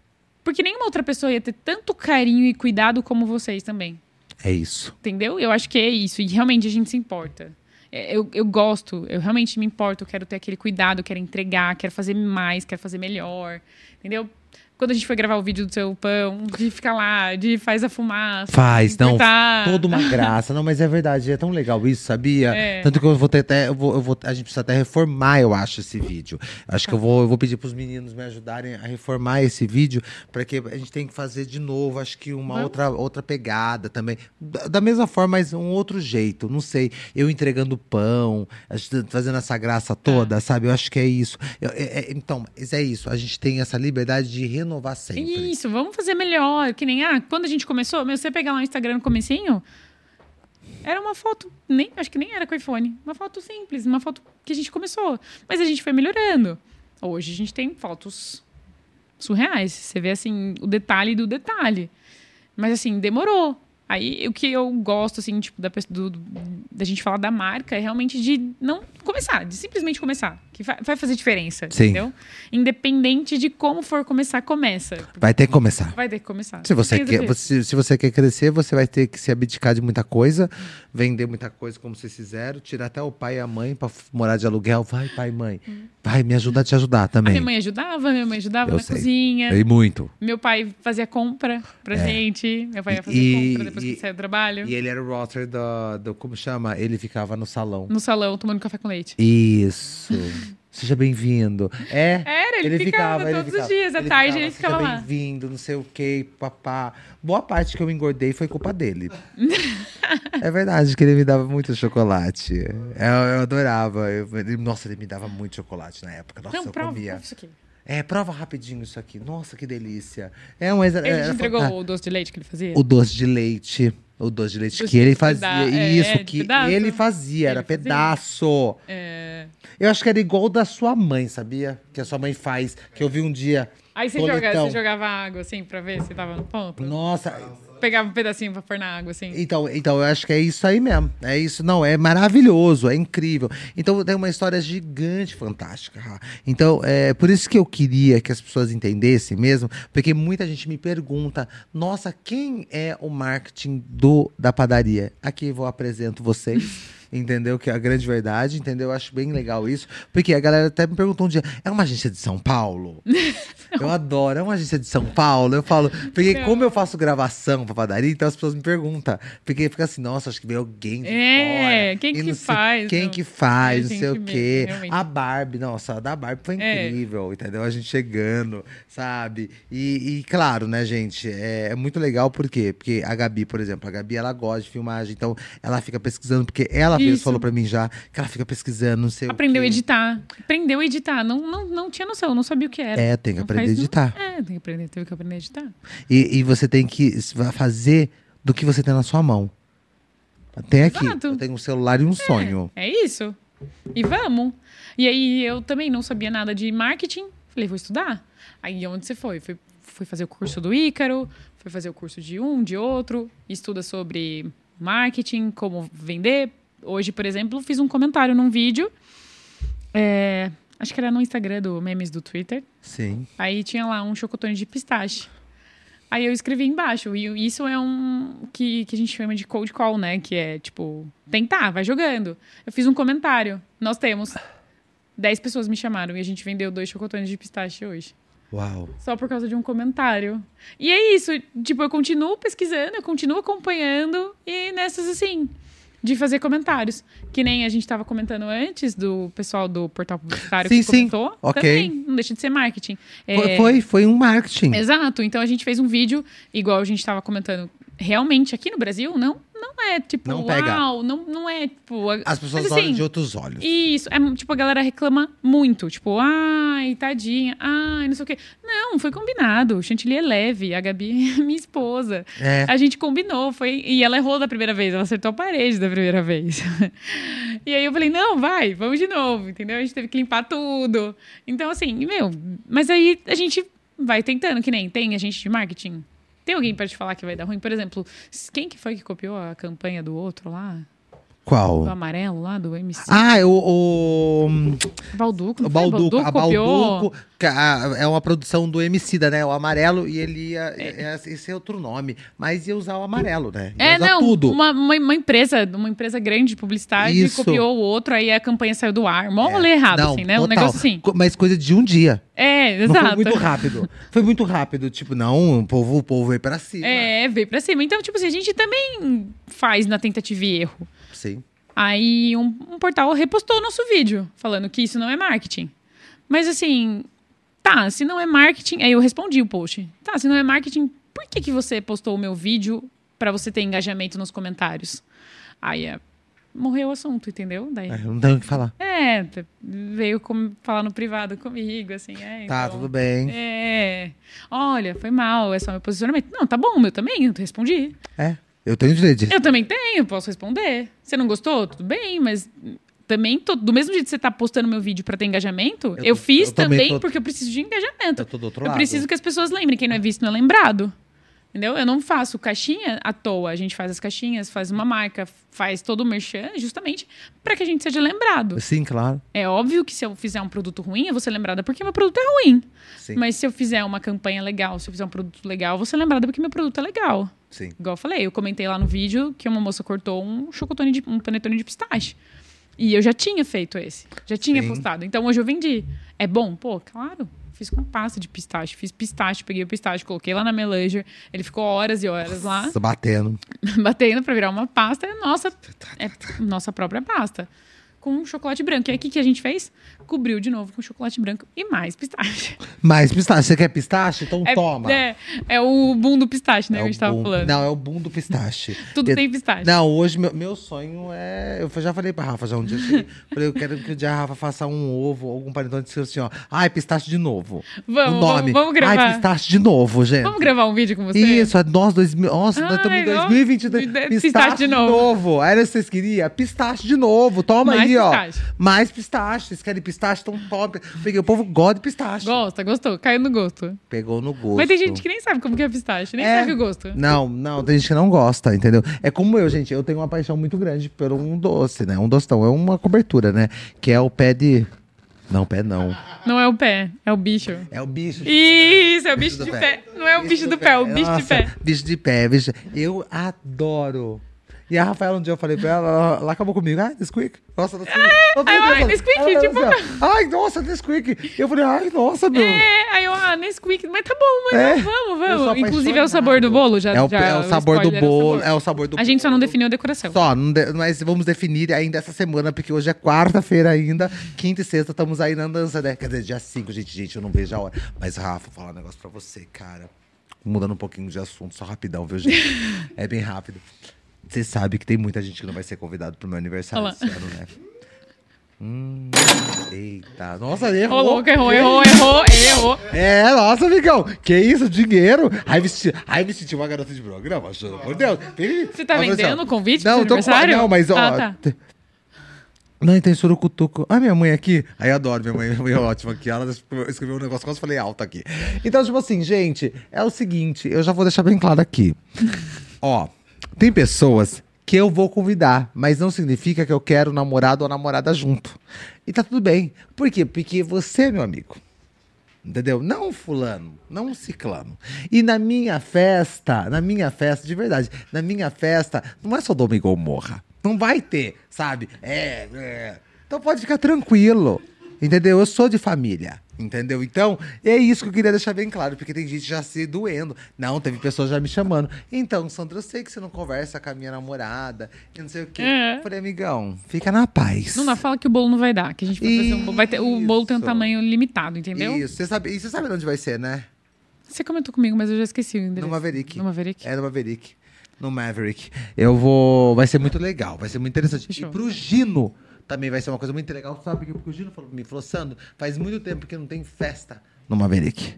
B: Porque nenhuma outra pessoa ia ter tanto carinho e cuidado como vocês também.
A: É isso.
B: Entendeu? Eu acho que é isso. E realmente a gente se importa. É, Eu, eu gosto, eu realmente me importo, eu quero ter aquele cuidado, quero entregar, quero fazer mais, quero fazer melhor. Entendeu? Quando a gente foi gravar o vídeo do seu pão, de ficar lá, de faz a fumaça.
A: Faz, não.
B: cortar.
A: Toda uma graça. Não, mas é verdade, é tão legal isso, sabia? Tanto que eu vou ter até. eu vou- eu vou- a gente precisa até reformar, eu acho, esse vídeo. Acho que eu vou, eu vou pedir pros meninos me ajudarem a reformar esse vídeo, pra que a gente tem que fazer de novo, acho que uma
B: Vamos.
A: outra, outra pegada também. Da, da mesma forma, mas um outro jeito. Não sei. Eu entregando pão, a gente fazendo essa graça toda, sabe? Eu acho que é isso. Eu- é- é- então, mas é isso. A gente tem essa liberdade de renovar sempre.
B: Isso, vamos fazer melhor. Que nem, ah, quando a gente começou, meu, você pegar lá o Instagram no comecinho, era uma foto, nem, acho que nem era com iPhone. Uma foto simples, uma foto que a gente começou. Mas a gente foi melhorando. Hoje a gente tem fotos surreais. Você vê, assim, o detalhe do detalhe. Mas, assim, demorou. Aí, o que eu gosto, assim, tipo, da, pessoa- do, do- da gente falar da marca é realmente de não começar, de simplesmente começar. Que vai, vai fazer diferença,
A: Sim.
B: entendeu? Independente de como for começar, começa.
A: Vai ter que começar.
B: Vai ter que começar.
A: Se você,
B: Tem
A: quer,
B: certeza.
A: você- se você quer crescer, você vai ter que se abdicar de muita coisa, vender muita coisa como vocês fizeram, tirar até o pai e a mãe pra f- morar de aluguel. Vai, pai e mãe. Vai, me ajuda a te ajudar
B: A minha
A: também.
B: mãe é. ajudava, minha mãe ajudava
A: Eu
B: na
A: sei.
B: cozinha.
A: E muito.
B: Meu pai fazia compra pra gente. Meu pai ia fazer
A: E-
B: compra depois
A: e-
B: que saiu do trabalho.
A: E ele era o Rotter do, do. Como chama? Ele ficava no salão.
B: No salão, tomando café com leite.
A: Isso. Seja bem-vindo. É.
B: Era, ele, ficava, todos os dias. À tarde ele ficava
A: "Seja
B: lá.
A: bem-vindo, não sei o quê, papá. Boa parte que eu engordei foi culpa dele. é verdade que ele me dava muito chocolate. Eu, eu adorava. Eu- ele- nossa, ele me dava muito chocolate na época. Nossa,
B: Não,
A: eu
B: prova,
A: comia.
B: prova isso aqui.
A: É, prova rapidinho isso aqui. Nossa, que delícia. É um exa-
B: Ele
A: era
B: te entregou
A: fantástico.
B: o doce de leite que ele fazia?
A: O doce de leite. O doce de leite
B: Doce
A: que
B: de
A: ele
B: leite
A: fazia.
B: peda- é,
A: Isso,
B: é, de
A: que
B: pedaço?
A: ele fazia. Era
B: Ele fazia.
A: pedaço.
B: É.
A: Eu acho que era igual da sua mãe, sabia? Que a sua mãe faz. Que eu vi um dia.
B: Aí você, joga, você jogava água, assim, pra ver se tava no ponto.
A: Nossa,
B: Pegava um pedacinho pra pôr na água, assim.
A: Então, então, eu acho que é isso aí mesmo. É isso, não, é maravilhoso, é incrível. Então, tem uma história gigante, fantástica. Ra. Então, é por isso que eu queria que as pessoas entendessem mesmo, porque muita gente me pergunta: nossa, quem é o marketing do da padaria? Aqui eu vou apresento vocês. Entendeu? Que é a grande verdade, entendeu? Eu acho bem legal isso. Porque a galera até me perguntou um dia: é uma agência de São Paulo? Eu adoro, é uma agência de São Paulo. Eu falo, porque
B: Não.
A: como eu faço gravação pra padaria, então as pessoas me perguntam. Porque fica assim, nossa, acho que veio alguém de
B: É,
A: fora.
B: quem
A: E
B: que
A: não sei-
B: faz,
A: Quem
B: não?
A: que faz,
B: É,
A: não
B: gente
A: sei o
B: mesmo,
A: quê.
B: realmente.
A: a Barbie, nossa, a da Barbie foi
B: É.
A: incrível, entendeu? A gente chegando, sabe? E, e claro, né, gente, é, é muito legal por quê? Porque a Gabi, por exemplo, a Gabi, ela gosta de filmagem, então ela fica pesquisando, porque ela mesmo
B: Isso.
A: falou pra mim já que ela fica pesquisando, não sei
B: Aprendeu
A: o
B: a
A: quê.
B: editar. Aprendeu a editar. Não, não, não tinha noção, não sabia o que era.
A: É, tem que
B: Não
A: aprender a
B: faz-
A: editar.
B: É, tem que aprender, teve que aprender a editar.
A: E, e você tem que s- va- fazer do que você tem na sua mão. Tem aqui.
B: Exato.
A: Eu tenho um celular e um sonho.
B: É isso. E vamos. E aí eu também não sabia nada de marketing. Falei, vou estudar. Aí onde você foi? Fui, fui fazer o curso do Ícaro, fui fazer o curso de um, de outro. Estuda sobre marketing, como vender. Hoje, por exemplo, fiz um comentário num vídeo. É, acho que era no Instagram do Memes do Twitter.
A: Sim.
B: Aí tinha lá um chocotone de pistache. Aí eu escrevi embaixo. E isso é um que, que a gente chama de cold call, né? Que é tipo, tentar, vai jogando. Eu fiz um comentário. Nós temos. 10 pessoas me chamaram e a gente vendeu dois chocotones de pistache hoje.
A: Uau.
B: Só por causa de um comentário. E é isso. Tipo, eu continuo pesquisando, eu continuo acompanhando. E nessas, assim, de fazer comentários. Que nem a gente tava comentando antes do pessoal do portal publicitário
A: Sim,
B: que
A: sim.
B: comentou.
A: Ok.
B: Também, não deixa de ser marketing.
A: Foi,
B: É,
A: foi, foi um marketing.
B: Exato. Então a gente fez um vídeo, igual a gente tava comentando, realmente aqui no Brasil não, não é tipo,
A: Não pega.
B: uau, não, não é tipo. a-
A: As pessoas
B: Mas,
A: olham
B: assim,
A: de outros olhos.
B: Isso, é tipo, a galera reclama muito, tipo, ai, tadinha, ai, não sei o quê. Não, foi combinado. O chantilly é leve, a Gabi é minha esposa.
A: É.
B: A gente combinou, foi. E ela errou da primeira vez, ela acertou a parede da primeira vez. e aí eu falei, não, vai, vamos de novo, entendeu? A gente teve que limpar tudo. Então, assim, meu, mas aí a gente vai tentando, que nem tem a gente de marketing. Tem alguém pra te falar que vai dar ruim? Por exemplo, s- quem que foi que copiou a campanha do outro lá? Do
A: Qual?
B: amarelo lá, do MC?
A: Ah, é o, o, hum,
B: Balduco,
A: o
B: não foi?
A: Balduco. A
B: copiou.
A: Balduco que a- é uma produção do Emicida, né? O amarelo e ele ia. é- Esse é outro nome. Mas ia usar o amarelo, né? Ia
B: É,
A: usar
B: não,
A: tudo.
B: Uma, uma, uma empresa, uma empresa grande de publicidade
A: Isso. É.
B: copiou o outro, aí a campanha saiu do ar. Mó rolê errado,
A: Não,
B: assim, né? Um
A: total.
B: negócio assim.
A: Co- Mas coisa de um dia.
B: É,
A: Mas
B: exato.
A: Foi muito rápido. Foi muito rápido. Tipo, não, o povo, o povo veio pra cima.
B: É, veio pra cima. Então, tipo assim, a gente também faz na tentativa e erro.
A: Sim.
B: Aí um, um portal repostou o nosso vídeo, falando que isso não é marketing. Mas assim, tá, se não é marketing. Aí eu respondi o post. Tá, se não é marketing, por que, que você postou o meu vídeo pra você ter engajamento nos comentários? Aí é, morreu o assunto, entendeu? Daí.
A: É, não tem o que falar.
B: É, t- veio com- falar no privado comigo, assim, é.
A: Tá,
B: então,
A: tudo bem.
B: É. Olha, foi mal, é só meu posicionamento. Não, tá bom, eu também, eu respondi.
A: É. Eu tenho direito disso.
B: Eu também tenho, posso responder. Você não gostou? Tudo bem, mas também tô- do mesmo jeito que você tá postando meu vídeo pra ter engajamento, eu,
A: tô-
B: fiz
A: eu também
B: também
A: tô-
B: porque eu preciso de engajamento.
A: Eu tô do outro
B: Eu
A: lado.
B: preciso que as pessoas lembrem, quem não é visto não é lembrado. Entendeu? Eu não faço caixinha à toa. A gente faz as caixinhas, faz uma marca, faz todo o merchan, justamente pra que a gente seja lembrado.
A: Sim, claro.
B: É óbvio que se eu fizer um produto ruim, eu vou ser lembrada porque meu produto é ruim.
A: Sim.
B: Mas se eu fizer uma campanha legal, se eu fizer um produto legal, eu vou ser lembrada porque meu produto é legal.
A: Sim.
B: Igual eu falei, eu comentei lá no vídeo que uma moça cortou um chocotone de um panetone de pistache. E eu já tinha feito esse. Já tinha
A: Sim.
B: postado. Então hoje eu vendi. É bom? Pô, claro. Fiz com pasta de pistache, fiz pistache, peguei o pistache, coloquei lá na Melanger. Ele ficou horas e horas lá
A: Tô batendo.
B: batendo pra virar uma pasta, é nossa, é nossa própria pasta. Com chocolate branco. E aí, o que, que a gente fez? Cobriu de novo com chocolate branco e mais pistache.
A: Mas pistache, você quer pistache? Então toma.
B: É, é o boom do pistache, né?
A: É
B: que a
A: o
B: gente tava
A: boom.
B: falando.
A: Não, é o boom do pistache.
B: Tudo
A: Eu-
B: tem pistache.
A: Não, hoje meu, meu sonho é. Eu já falei pra Rafa já um dia. eu Cheguei, falei, eu quero que o dia a Rafa faça um ovo, algum panetone de seu assim, ó. Ai, pistache de novo.
B: Vamos,
A: o nome.
B: vamos- vamos gravar.
A: Ai, pistache de novo, gente.
B: Vamos gravar um vídeo com você?
A: Isso, é nós dois mil. Nossa, nós
B: Ai,
A: estamos em
B: ó,
A: 2023.
B: de- de-
A: Pistache, de novo. Era isso que vocês queriam? Pistache de novo. Toma
B: Mais
A: aí,
B: pistache.
A: ó. Mais pistache. Vocês querem pistache? Tão top. Peguei, o povo gosta de pistache.
B: Gosta, gostou, caiu no gosto.
A: Pegou no gosto.
B: Mas tem gente que nem sabe como que é pistache, nem
A: É.
B: sabe o gosto.
A: Não, não, tem gente que não gosta, entendeu? É como eu, gente, eu tenho uma paixão muito grande por um doce, né? Um dostão, é uma cobertura, né? Que é o pé de. Não, pé não.
B: Não é o pé, é o bicho.
A: É o bicho.
B: Isso, é o bicho
A: do
B: de
A: pé.
B: pé. Não é o bicho do pé, é o bicho de
A: Nossa,
B: pé.
A: Bicho de pé, bicho. Eu adoro. E a Rafaela, um dia eu falei pra ela, ela, ela acabou comigo. Ah, Nesquik. Nossa, Nesquik. Todo
B: ai,
A: mundo
B: Ah, ai,
A: falando.
B: Nesquik,
A: Ela falou
B: tipo-
A: assim, ó, Ai, nossa, Nesquik. Eu falei, ai, nossa, meu.
B: É, aí eu, ah, Nesquik, mas tá bom, mas
A: É.
B: vamos,
A: Eu sou
B: vamos. Inclusive é o sabor do
A: apaixonado.
B: bolo, já.
A: É o,
B: já,
A: é o sabor do
B: spoiler, é o
A: bolo,
B: sabor.
A: é o sabor do
B: A gente só não
A: bolo.
B: definiu a decoração.
A: Só, não de- mas vamos definir ainda essa semana, porque hoje é quarta-feira ainda, quinta e sexta estamos aí na dança, né? Quer dizer, dia 5, gente, gente, eu não vejo a hora. Mas, Rafa, vou falar um negócio pra você, cara. Mudando um pouquinho de assunto, só rapidão, viu, gente? é bem rápido. Você sabe que tem muita gente que não vai ser convidado pro meu aniversário
B: Olha
A: esse ano, né? Hum, eita, nossa, errou.
B: Ô, louco, errou, errou, errou, errou.
A: É, nossa, amigão. Que isso, dinheiro. Aí vesti, aí vesti uma garota de programa, juro por Deus.
B: Você tá
A: Ela falou assim, ó,
B: vendendo o convite
A: Não,
B: pro
A: tô
B: seu
A: com,
B: aniversário?
A: não, mas ó.
B: Ah, tá.
A: te- Não, e tem surucutuco. Ah, minha mãe aqui. Aí eu adoro, minha mãe, minha mãe é ótima aqui. Ela escreveu um negócio quase falei alto aqui. Então, tipo assim, gente, é o seguinte, eu já vou deixar bem claro aqui. Ó, tem pessoas que eu vou convidar, mas não significa que eu quero namorado ou namorada junto. E tá tudo bem. Por quê? Porque você, meu amigo, Entendeu? Não fulano, não ciclano. E na minha festa, na minha festa, de verdade, na minha festa, não é só domingo ou morra. Não vai ter, sabe? É, é. Então pode ficar tranquilo. Entendeu? Eu sou de família. Entendeu? Então, é isso que eu queria deixar bem claro, porque tem gente já se doendo. Não, teve pessoas já me chamando. Então, Sandra, eu sei que você não conversa com a minha namorada, e não sei o quê.
B: É.
A: Eu Falei, amigão, fica na paz.
B: Não, não, fala que o bolo não vai dar, que a gente vai fazer um bolo. Vai ter, o bolo tem um
A: Isso.
B: tamanho limitado, entendeu?
A: Isso, você sabe, e você sabe onde vai ser, né?
B: Você comentou comigo, mas eu já esqueci o endereço.
A: No Maverick.
B: No Maverick.
A: É, no Maverick. No Maverick. Eu vou. Vai ser muito legal, vai ser muito interessante.
B: Fechou.
A: E pro Gino também vai ser uma coisa muito legal, sabe? Porque o Gino falou pra mim, falou, Sandro, faz muito tempo que não tem festa no Maverick.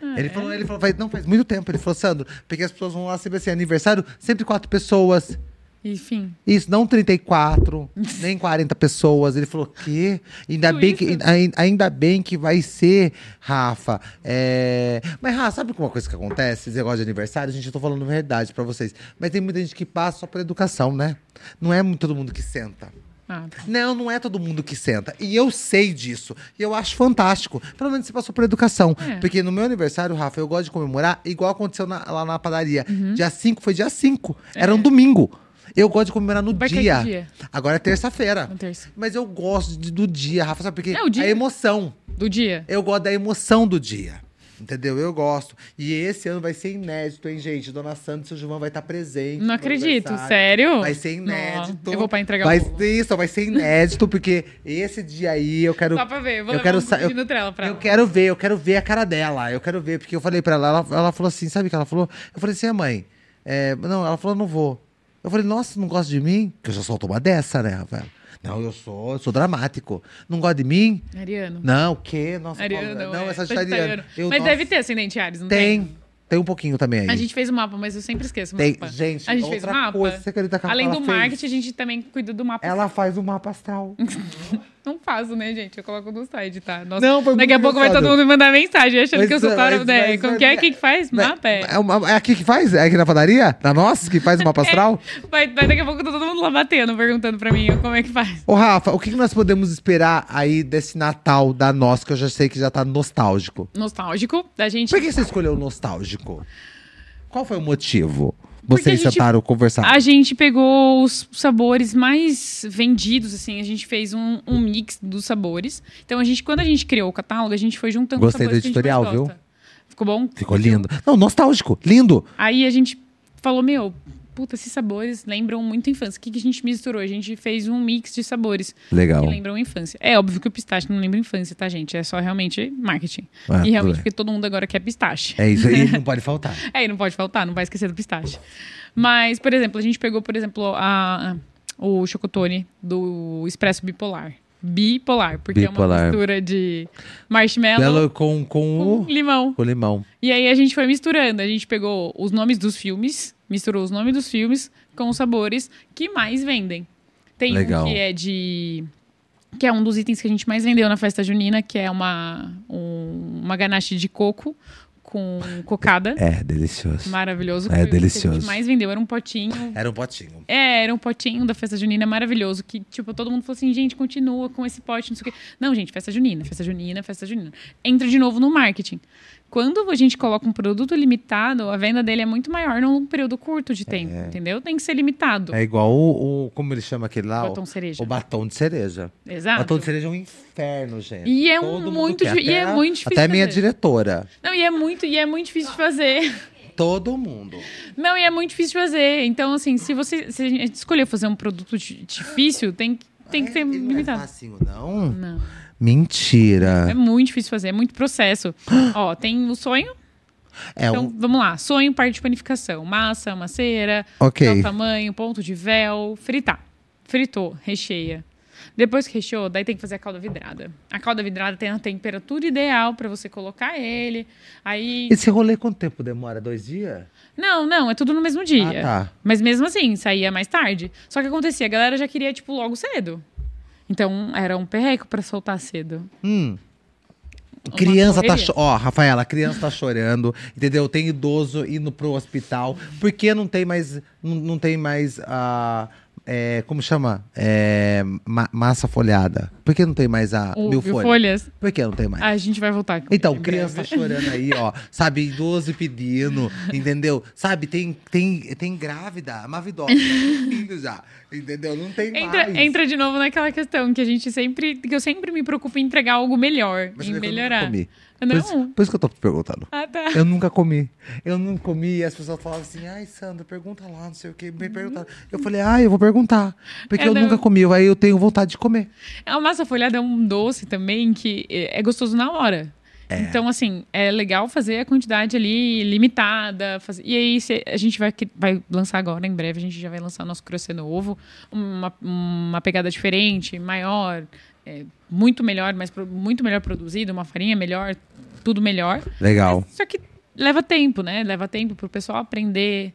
B: Ah, é?
A: Ele falou, ele falou, faz, não, faz muito tempo. Ele falou, Sandro, porque as pessoas vão lá sempre assim, aniversário, sempre quatro pessoas.
B: Enfim.
A: Isso, não 34, nem 40 pessoas. Ele falou, quê? Ainda
B: Tudo
A: bem, que,
B: isso?
A: ai- ainda bem que vai ser, Rafa. É, Mas, Rafa, sabe uma coisa que acontece? Esse negócio de aniversário, gente, eu tô falando verdade pra vocês. Mas tem muita gente que passa só por educação, né? Não é todo mundo que senta.
B: Ah, tá.
A: Não, não é todo mundo que senta. E eu sei disso. E eu acho fantástico. Pelo menos você passou por educação.
B: É.
A: Porque no meu aniversário, Rafa, eu gosto de comemorar igual aconteceu na- lá na padaria.
B: Uhum.
A: Dia 5 foi dia 5. Era um domingo. Eu gosto de comemorar no
B: É. Vai cair que
A: dia.
B: dia?
A: Agora é terça-feira.
B: Na terça.
A: Mas eu gosto de- do dia, Rafa, sabe por quê?
B: É, o dia.
A: A emoção.
B: Do dia.
A: Eu gosto da emoção do dia. Entendeu? Eu gosto. E esse ano vai ser inédito, hein, gente? Dona Sandra e seu João vai estar presente. no
B: Não acredito,
A: aniversário.
B: sério?
A: Vai ser inédito.
B: Não, eu vou pra entregar
A: vai,
B: o bolo.
A: Isso, vai ser inédito, porque esse dia aí eu quero.
B: Só pra ver, eu vou
A: eu
B: levar
A: quero
B: um
A: sa-
B: pouquinho de Nutella pra
A: eu
B: ela.
A: quero ver, eu quero ver a cara dela. Eu quero ver, porque eu falei pra ela, ela, ela falou assim, sabe o que ela falou? Eu falei assim, "Ah, mãe, é, não, ela falou, não vou. Eu falei, nossa, não gosta de mim? Que eu já solto uma dessa, né, Rafael? Não, eu sou, eu sou dramático. Não gosta de mim?
B: Ariano.
A: Não, o quê? Nossa,
B: Ariano,
A: Paulo, não,
B: é.
A: essa sagitariana. Eu,
B: Mas
A: nossa,
B: deve ter ascendente Ares, não tem?
A: Tem, tem um pouquinho também aí.
B: A gente fez o mapa, mas eu sempre esqueço o
A: Tem,
B: mapa.
A: gente,
B: a gente fez o
A: outra
B: mapa.
A: coisa, você acredita que a
B: Além
A: Rafa
B: do
A: fez?
B: marketing, a gente também cuida do mapa.
A: Ela faz o mapa astral.
B: Não faço, né, gente? Eu coloco no site, tá? Nossa,
A: Não, foi
B: daqui a
A: muito
B: pouco vai
A: engraçado.
B: todo mundo me mandar mensagem achando
A: Mas
B: que eu
A: isso-
B: sou tarô,
A: mas-
B: né?
A: mas-
B: Como
A: mas-
B: que é? Quem que faz?
A: Mas-
B: mapa, é.
A: É, uma- é aqui que faz? É aqui na padaria? Na nossa, que faz o mapa astral?
B: Vai, vai daqui a pouco tá todo mundo lá batendo, perguntando pra mim como é que faz.
A: Ô, Rafa, o que que nós podemos esperar aí desse Natal da nossa, que eu já sei que já tá nostálgico?
B: Nostálgico da gente.
A: Por que você escolheu o nostálgico? Qual foi o motivo?
B: Porque a
A: Vocês
B: gente-
A: sentaram conversar.
B: A gente pegou os sabores mais vendidos, assim, a gente fez um, um mix dos sabores. Então, a gente, quando a gente criou o catálogo, a gente foi juntando
A: Gostei
B: os sabores
A: do
B: que a
A: editorial,
B: gente
A: viu?
B: mais gosta. Ficou bom?
A: Ficou lindo. Não, nostálgico, lindo.
B: Aí a gente falou, meu, puta, esses sabores lembram muito a infância. O que, que a gente misturou? A gente fez um mix de sabores
A: Legal.
B: que lembram a infância. É óbvio que o pistache não lembra a infância, tá, gente? É só realmente marketing.
A: Ah,
B: e realmente
A: tudo bem.
B: porque todo mundo agora quer pistache.
A: É isso aí, não pode faltar.
B: É, e não pode faltar, não vai esquecer do pistache. Mas, por exemplo, a gente pegou, por exemplo, a- o chocotone do Expresso Bipolar. Bipolar, porque é
A: Bipolar.
B: uma mistura de
A: Belo
B: marshmallow
A: com, com
B: com
A: o...
B: limão.
A: o limão.
B: E aí a gente foi misturando, a gente pegou os nomes dos filmes, misturou os nomes dos filmes com os sabores que mais vendem. Tem
A: Legal.
B: um que é de que é um dos itens que a gente mais vendeu na festa junina, que é uma um- uma ganache de coco com cocada.
A: É, delicioso.
B: Maravilhoso.
A: É
B: Foi o que
A: delicioso.
B: a gente mais vendeu era um potinho.
A: Era um potinho.
B: É, era um potinho da festa junina maravilhoso. Que, tipo, todo mundo falou assim, gente, continua com esse pote, não sei o quê. Não, gente, festa junina, festa junina, festa junina. Entra de novo no marketing. Quando a gente coloca um produto limitado, a venda dele é muito maior num período curto de tempo, entendeu? Tem que ser limitado.
A: É igual o, o- Como ele chama aquele lá?
B: Batom cereja.
A: O batom de cereja.
B: Exato.
A: Batom de cereja é um inferno, gente.
B: E é um
A: mundo
B: muito
A: quer.
B: di- e é
A: Até a-
B: muito difícil
A: Até a minha
B: fazer.
A: diretora.
B: Não, e é muito, e é muito difícil de fazer.
A: Todo mundo.
B: Não, e é muito difícil de fazer. Então, assim, se você se a gente escolher fazer um produto di- difícil, tem que, tem que
A: É,
B: ser
A: ele não É
B: limitado.
A: facinho, não?
B: Não. É
A: Mentira.
B: muito difícil fazer, é muito processo. Ó, tem o sonho.
A: É,
B: então,
A: um.
B: vamos lá. Sonho, parte de panificação. Massa, maceira,
A: Ok.
B: tal tamanho, ponto de véu, fritar. Fritou, recheia. Depois que recheou, daí tem que fazer a calda vidrada. A calda vidrada tem a temperatura ideal pra você colocar ele. Aí.
A: Esse rolê quanto tempo demora? Dois dias?
B: Não, não, é tudo no mesmo dia.
A: Ah, tá.
B: Mas mesmo assim, saía mais tarde. Só que acontecia, a galera já queria, tipo, logo cedo. Então, era um perreco pra soltar cedo.
A: Hum.
B: Uma
A: Criança tá
B: correria.
A: cho- Ó, Rafaela, criança tá chorando, entendeu? Tem idoso indo pro hospital. Por que não tem mais. Não, não tem mais. a é, como chama? É, ma- massa folhada. Por que não tem mais a
B: O- mil
A: mil folhas?
B: folhas. Ah,
A: Por que não tem mais?
B: A gente vai voltar.
A: Então,
B: em
A: criança
B: breve.
A: tá chorando aí, ó. Sabe, idoso pedindo, entendeu? Sabe, tem, tem, tem grávida, mavidosa, tem um filho já, entendeu? Não tem mais.
B: Entra, entra de novo naquela questão que a gente sempre. que eu sempre me preocupo em entregar algo melhor,
A: Mas
B: em
A: sabe que eu nunca
B: melhorar. um.
A: comi. Por isso,
B: Não.
A: por isso que eu tô te perguntando.
B: Ah, tá.
A: Eu nunca comi. Eu não comi e as pessoas falavam assim, ai, Sandra, pergunta lá, não sei o quê. Me perguntaram. Eu falei, ai, eu vou perguntar. Porque
B: Uhum. É,
A: eu
B: não.
A: nunca comi, aí eu tenho vontade de comer.
B: A massa folhada é um doce também que é é gostoso na hora. Então, assim, é legal fazer a quantidade ali limitada. faz- E aí, cê- a gente vai, cri- vai lançar agora, em breve, a gente já vai lançar o nosso croissant novo. Uma, uma pegada diferente, maior, é, muito melhor, mas pro- muito melhor produzido, uma farinha melhor, tudo melhor.
A: Legal.
B: Só que leva tempo, né? Leva tempo pro pessoal aprender.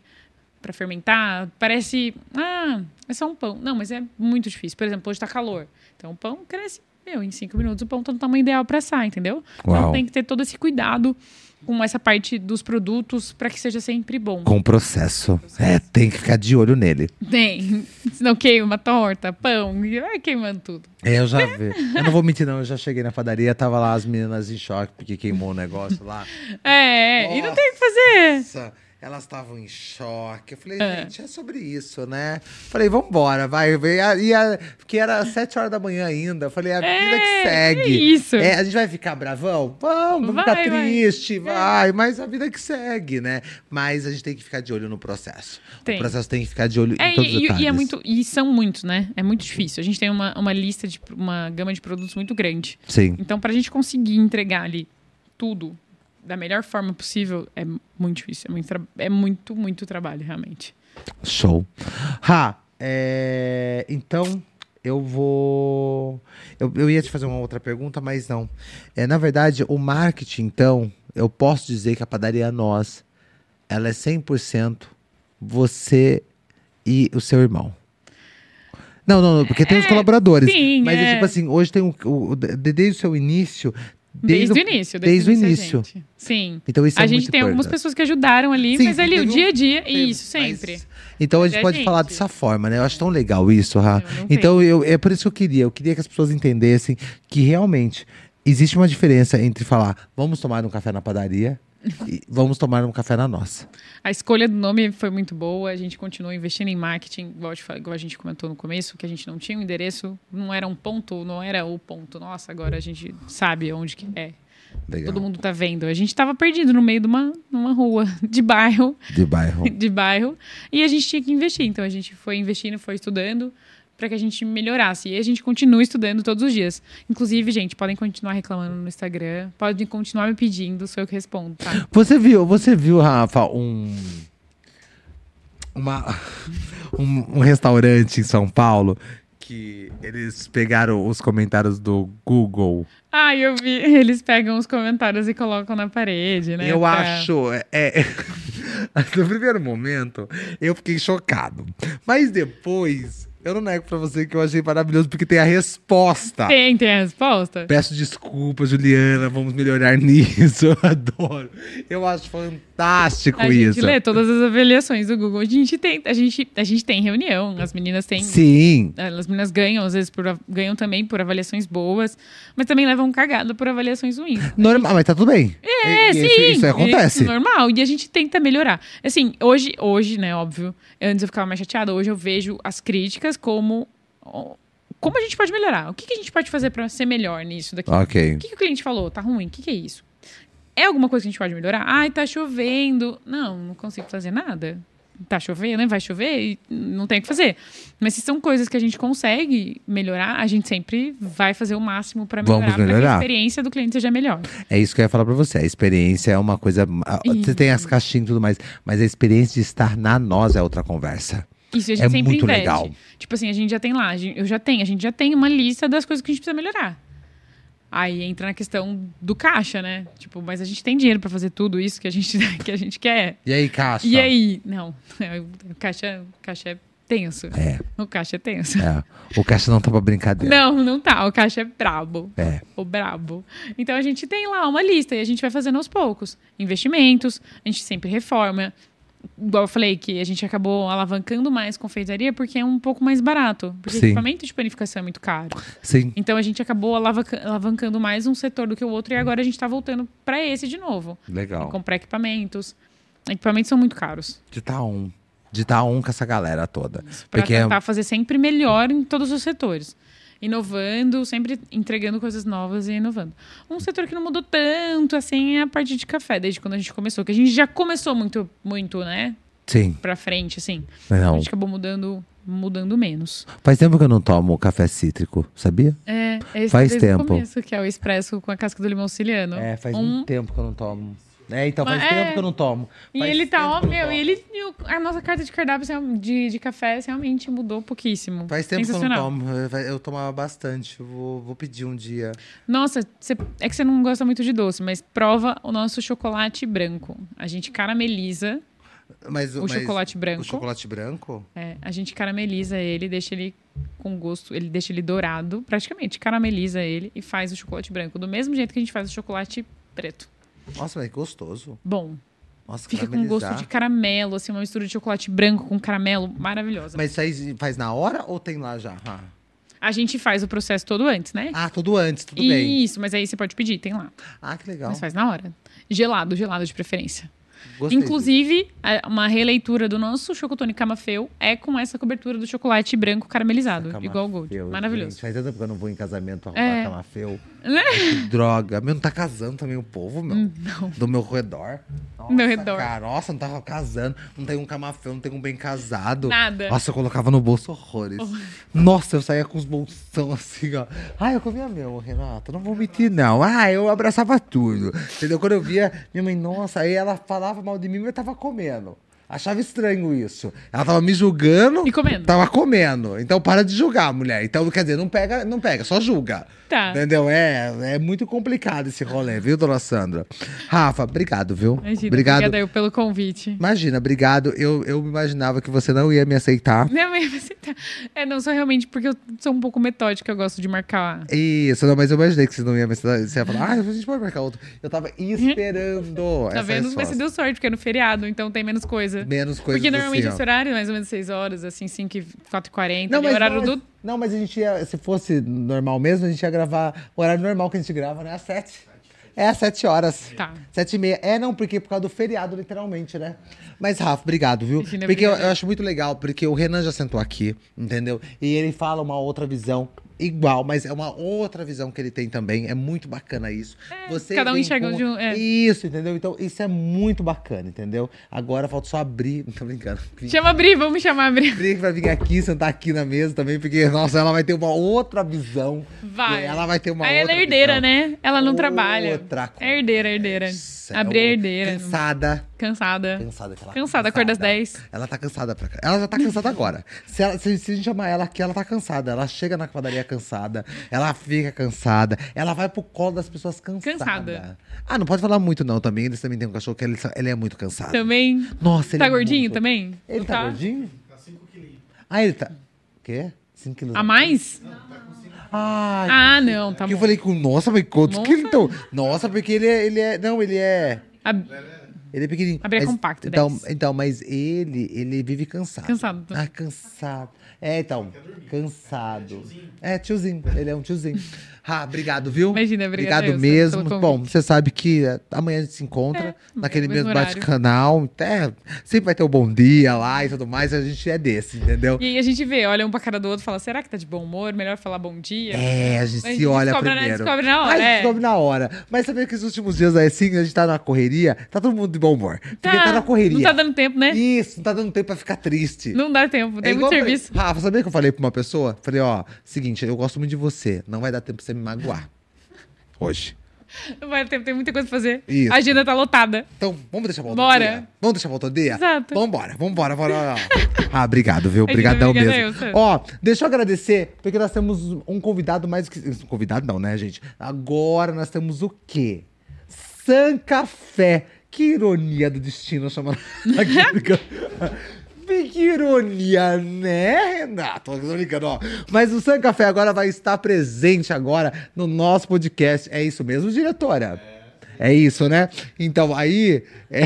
B: para fermentar, parece, ah, é só um pão. Não, mas é muito difícil. Por exemplo, hoje tá calor. Então o pão cresce, meu, em cinco minutos o pão tá no tamanho ideal para assar, entendeu?
A: Uau.
B: Então tem que ter todo esse cuidado com essa parte dos produtos para que seja sempre bom.
A: Com o processo. É, tem que ficar de olho nele.
B: Tem. Senão queima torta, pão, e vai queimando tudo.
A: É, eu já vi. Eu não vou mentir, não. Eu já cheguei na padaria, tava lá as meninas em choque porque queimou o negócio lá.
B: É, e não tem o que fazer.
A: Nossa, elas estavam em choque. Eu falei, gente, é sobre isso, né? Falei, vambora, vai. vai. E a- E a, porque era sete horas da manhã ainda. Eu falei, "É a vida que segue.
B: é isso.
A: É, a gente vai ficar bravão? Vamos, vamos
B: Vai,
A: ficar
B: vai. É.
A: triste, vai. Mas a vida que segue, né? Mas a gente tem que ficar de olho no processo.
B: Tem.
A: O processo tem que ficar de olho
B: É,
A: em todos os
B: e,
A: detalhes.
B: e é muito, e são muitos, né? É muito difícil. A gente tem uma, uma lista de uma gama de produtos muito grande.
A: Sim.
B: Então, para a gente conseguir entregar ali tudo da melhor forma possível, é muito difícil. É muito, tra- é muito, muito trabalho, realmente.
A: Show. Ra, é, então eu vou. Eu, eu ia te fazer uma outra pergunta, mas não. É, na verdade, o marketing, então, eu posso dizer que a padaria Nós, ela é 100% você e o seu irmão. Não, não, não, porque tem os colaboradores.
B: É, sim,
A: mas é.
B: é.
A: tipo assim, hoje tem o, o- o- de- desde o seu início.
B: Desde, o início.
A: Desde, o
B: a
A: início.
B: gente. Sim.
A: Então isso é
B: a gente
A: muito
B: tem algumas
A: importante.
B: pessoas que ajudaram ali,
A: Sim,
B: mas ali o
A: teve um-
B: dia a dia,
A: Teve,
B: isso, sempre.
A: mas- Então
B: Mas
A: a gente
B: é
A: pode
B: gente.
A: falar dessa forma, né? Eu acho tão legal isso, Ra.
B: Eu não
A: Então eu, é por isso que eu queria. Eu queria que as pessoas entendessem que realmente existe uma diferença entre falar vamos tomar um café na padaria e vamos tomar um café na nossa.
B: A escolha do nome foi muito boa, a gente continuou investindo em marketing, igual, eu te falei- igual a gente comentou no começo, que a gente não tinha um endereço, não era um ponto, não era o ponto. Nossa, agora a gente sabe onde que é.
A: Legal.
B: Todo mundo tá vendo. A gente tava perdido no meio de uma, numa rua de bairro,
A: De bairro.
B: de bairro, e a gente tinha que investir. Então a gente foi investindo, foi estudando para que a gente melhorasse. E a gente continua estudando todos os dias. Inclusive, gente, podem continuar reclamando no Instagram, podem continuar me pedindo, sou eu que respondo, tá?
A: Você viu, você viu, Rafa, um. Uma, um, um restaurante em São Paulo que eles pegaram os comentários do Google.
B: Ai, eu vi, eles pegam os comentários e colocam na parede, né?
A: Eu
B: pra-
A: acho. é, é, no primeiro momento, eu fiquei chocado. Mas depois, eu não nego pra você que eu achei maravilhoso, porque tem a resposta.
B: Tem, tem a resposta?
A: Peço desculpa, Juliana, vamos melhorar nisso. Eu adoro. Eu acho fantástico
B: A gente
A: isso.
B: lê todas as avaliações do Google. A gente tem, a gente, a gente tem reunião, as meninas têm eh,
A: Sim.
B: As meninas ganham, às vezes, por, av- ganham também por avaliações boas, mas também levam cagada por avaliações ruins.
A: Normal, mas tá tudo bem.
B: É,
A: E- e
B: sim.
A: Isso, isso acontece.
B: Isso é normal. E a gente tenta melhorar. Assim, hoje, hoje, né, óbvio, antes eu ficava mais chateada, hoje eu vejo as críticas como. ó, Como a gente pode melhorar? O que, que a gente pode fazer para ser melhor nisso daqui?
A: Ok.
B: O que, que o cliente falou? Tá ruim? O que, que é isso? É alguma coisa que a gente pode melhorar? Ai, tá chovendo. Não, não consigo fazer nada. Tá chovendo, né? Vai chover e não tem o que fazer. Mas se são coisas que a gente consegue melhorar, a gente sempre vai fazer o máximo para melhorar,
A: Vamos
B: pra que a
A: melhorar.
B: experiência do cliente seja melhor.
A: É isso que eu ia falar pra você. A experiência é uma coisa. a- Você tem as caixinhas e tudo mais, mas a experiência de estar na nós é outra conversa.
B: Isso a gente
A: É
B: sempre
A: muito
B: investe.
A: legal.
B: Tipo assim, a gente já tem lá, a gente- eu já tenho, a gente já tem uma lista das coisas que a gente precisa melhorar. Aí entra na questão do caixa, né? Tipo, mas a gente tem dinheiro para fazer tudo isso que a gente, que a gente quer.
A: E aí, Caixa?
B: E aí? Não, o caixa, o caixa é tenso.
A: É.
B: O caixa é tenso.
A: É, o caixa não tá pra brincadeira.
B: Não, não tá. O caixa é brabo.
A: É.
B: O brabo. Então a gente tem lá uma lista e a gente vai fazendo aos poucos. Investimentos, a gente sempre reforma. Igual eu falei, que a gente acabou alavancando mais confeitaria porque é um pouco mais barato. Porque
A: Sim.
B: equipamento de panificação é muito caro.
A: Sim.
B: Então a gente acabou alavanca- alavancando mais um setor do que o outro e agora a gente tá voltando para esse de novo.
A: Legal.
B: Comprar equipamentos. Equipamentos são muito caros.
A: De tá um. De tá um com essa galera toda.
B: para
A: Porque é-
B: tentar fazer sempre melhor em todos os setores. Inovando, sempre entregando coisas novas e inovando. Um setor que não mudou tanto, assim, é a parte de café, desde quando a gente começou. Que a gente já começou muito, muito, né?
A: Sim.
B: Pra frente, assim. A
A: Não.
B: gente acabou mudando, mudando menos.
A: Faz tempo que eu não tomo café cítrico, sabia?
B: É, esse
A: Faz
B: desde
A: tempo.
B: o começo, que é o expresso com a casca do limão siciliano. um...
A: É, tempo que eu não tomo. É, então
B: Mas é-
A: eu não tomo.
B: E
A: Faz
B: ele tá,
A: tempo
B: ó,
A: que eu não
B: meu,
A: tomo.
B: e ele, e o- a nossa carta de cardápio assim, de, de café realmente mudou pouquíssimo.
A: Faz tempo que eu não
B: Sensacional.
A: tomo. Eu- Eu tomava bastante. Eu Vou, vou pedir um dia.
B: Nossa, cê- é que você não gosta muito de doce, mas prova o nosso chocolate branco. A gente carameliza
A: Mas,
B: O
A: mas-
B: chocolate branco.
A: O chocolate branco?
B: É, a gente carameliza ele, deixa ele com gosto, ele deixa ele dourado, praticamente carameliza ele e faz o chocolate branco. Do mesmo jeito que a gente faz o chocolate preto.
A: Nossa, mas que gostoso.
B: Bom,
A: Nossa,
B: fica com gosto de
A: caramelizar.
B: caramelo, assim, uma mistura de chocolate branco com caramelo maravilhosa.
A: Mas isso aí faz na hora ou tem lá já? Ah,
B: A gente faz o processo todo antes, né?
A: Ah, tudo antes, tudo bem.
B: Isso, mas aí você pode pedir, tem lá.
A: Ah, que legal.
B: Mas faz na hora. Gelado, gelado de preferência.
A: Gostei
B: Inclusive, a- uma releitura do nosso Chocotone Camafeu é com essa cobertura do chocolate branco caramelizado,
A: disso.
B: igual Gold.
A: Camafeu, gente,
B: Maravilhoso.
A: faz tempo que eu não vou em casamento arrumar
B: É.
A: camafeu.
B: Né? Hum,
A: Que droga. Meu, não tá casando também o povo, meu? Do meu redor. Nossa,
B: Meu redor.
A: Cara, nossa, não tava casando. Não tem um camafeu, não tem um bem casado.
B: Nada. Oh.
A: Nossa, eu colocava no bolso horrores. Nossa, eu saía com os bolsão assim, ó. Ai, eu comia meu, Renata. Não vou mentir, não. Ah, eu abraçava tudo. Entendeu? Quando eu via minha mãe, nossa, aí ela falava mal de mim, mas eu tava comendo. Achava estranho isso. Ela tava me julgando.
B: E comendo.
A: Tava comendo. Então para de julgar, mulher. Então, quer dizer, não pega, não pega, só julga.
B: Tá.
A: Entendeu? É, é muito complicado esse rolê, viu, dona Sandra? Rafa, obrigado, viu?
B: Imagina,
A: obrigado.
B: Obrigada eu pelo convite.
A: Imagina, obrigado. Eu, eu imaginava que você não ia me aceitar.
B: Não, mas você tá- É, não, só realmente porque eu sou um pouco metódica, eu gosto de marcar. Tá
A: Isso, não, mas eu imaginei que você não ia me aceitar. Você ia falar, ah, a gente pode marcar outro. Eu tava esperando.
B: Uhum. Tá
A: essa
B: vendo? Mas
A: resposta.
B: você deu sorte, porque é no feriado, então tem menos coisa.
A: Menos coisa
B: Porque normalmente
A: assim, ó.
B: esse horário é mais ou menos 6 horas, assim, 5 e 4 e 40.
A: Não,
B: Não,
A: mas,
B: horário
A: não, mas-
B: do...
A: não, mas a gente ia, se fosse normal mesmo, a gente ia gravar o horário normal que a gente grava, né? Às sete. É às sete horas.
B: Tá.
A: Sete e meia. É, não, porque por causa do feriado, literalmente, né? Mas, Rafa, obrigado, viu?
B: Imagina,
A: porque eu,
B: obrigada.
A: eu acho muito legal, porque o Renan já sentou aqui, entendeu? E ele fala uma outra visão. Igual, mas é uma outra visão que ele tem também. É muito bacana isso. Você
B: cada um
A: vem
B: enxerga
A: com-
B: de um- é.
A: Isso, entendeu? Então, isso é muito bacana, entendeu? Agora falta só abrir. Não tô brincando.
B: Chama a Bri, vamos chamar a Bri.
A: Brinca pra vir aqui, sentar aqui na mesa também, porque, nossa, ela vai ter uma outra visão. É,
B: Vai.
A: Ela vai ter uma
B: Aí ela
A: outra
B: é herdeira,
A: visão.
B: né? Ela não trabalha.
A: Outra coisa.
B: É herdeira, herdeira.
A: Nossa,
B: A Bri é
A: eu-
B: herdeira.
A: Cansada.
B: Cansada.
A: Cansada. que ela-
B: Cansada, acorda às 10.
A: Ela tá cansada pra cá. Ela já tá cansada agora. Se, ela- se- se a gente chamar ela aqui, ela tá cansada. Ela chega na padaria cansada. Ela fica cansada. Ela vai pro colo das pessoas cansada.
B: Cansada.
A: Ah, não pode falar muito não também. Eles também têm um cachorro que ele, ele é muito cansado.
B: Também.
A: Nossa, ele
B: Então, Tá
A: é
B: gordinho
A: muito-
B: também?
A: Ele
B: Não
A: tá, gordinho?
D: Tá 5 quilos.
A: Ah, ele tá... Quê? 5 quilos.
B: A mais?
A: Ai,
B: Ah, não, tá
A: Porque eu
B: bom.
A: falei com, nossa, mas quantos
B: Nossa.
A: que ele então? Nossa, porque ele é, ele é. Não, ele é.
B: A-
A: Ele é pequenininho.
B: Abrir é
A: Mas-
B: compacto,
A: Então,
B: 10.
A: então, mas ele, ele vive cansado.
B: Cansado.
A: Ah, cansado. É, então, cansado. É, tiozinho. Ele é um tiozinho. Ah, obrigado, viu?
B: Imagina, obrigada eu,
A: Obrigado
B: Sam,
A: mesmo.
B: pelo convite. É,
A: Bom, você sabe que é, amanhã a gente se encontra naquele
B: mesmo
A: mesmo
B: horário.
A: bate-canal. É, sempre vai ter o bom dia lá e tudo mais. A gente é desse, entendeu?
B: E aí a gente vê, olha um pra cara do outro e fala, será que tá de bom humor? Melhor falar bom dia?
A: É, a gente
B: Mas a
A: se
B: gente
A: olha
B: descobre na-
A: primeiro.
B: descobre na hora,
A: Ai,
B: é.
A: descobre na hora. Mas sabia que esses últimos dias aí, assim, a gente tá na correria, tá todo mundo de bom humor. Porque tá na correria.
B: Não tá dando tempo, né?
A: Isso, não tá dando tempo pra ficar triste.
B: Não dá tempo, tem
A: É
B: muito
A: igual eu falei-
B: serviço.
A: Rafa, sabia que eu falei pra uma pessoa? Falei, ó, seguinte, eu gosto muito de você. Não vai dar tempo pra você me magoar. Hoje.
B: Não vai dar tempo, tem muita coisa pra fazer.
A: Isso.
B: A agenda tá lotada.
A: Então, vamos deixar pra outro
B: Bora.
A: dia? Vamos deixar pra outro dia?
B: Exato.
A: Vambora, vambora, bora. bora. ah, obrigado, viu?
B: Imagina,
A: Obrigadão
B: obrigada
A: mesmo.
B: eu, Sam.
A: Ó, deixa eu agradecer, porque nós temos um convidado mais que... Um convidado não, né, gente? Agora nós temos o quê? San Café. Que ironia do destino chamando... Que ironia, né, Renato? Tô brincando, ó. Mas o San Café agora vai estar presente agora no nosso podcast. É isso mesmo, diretora? É isso, né? Então aí é,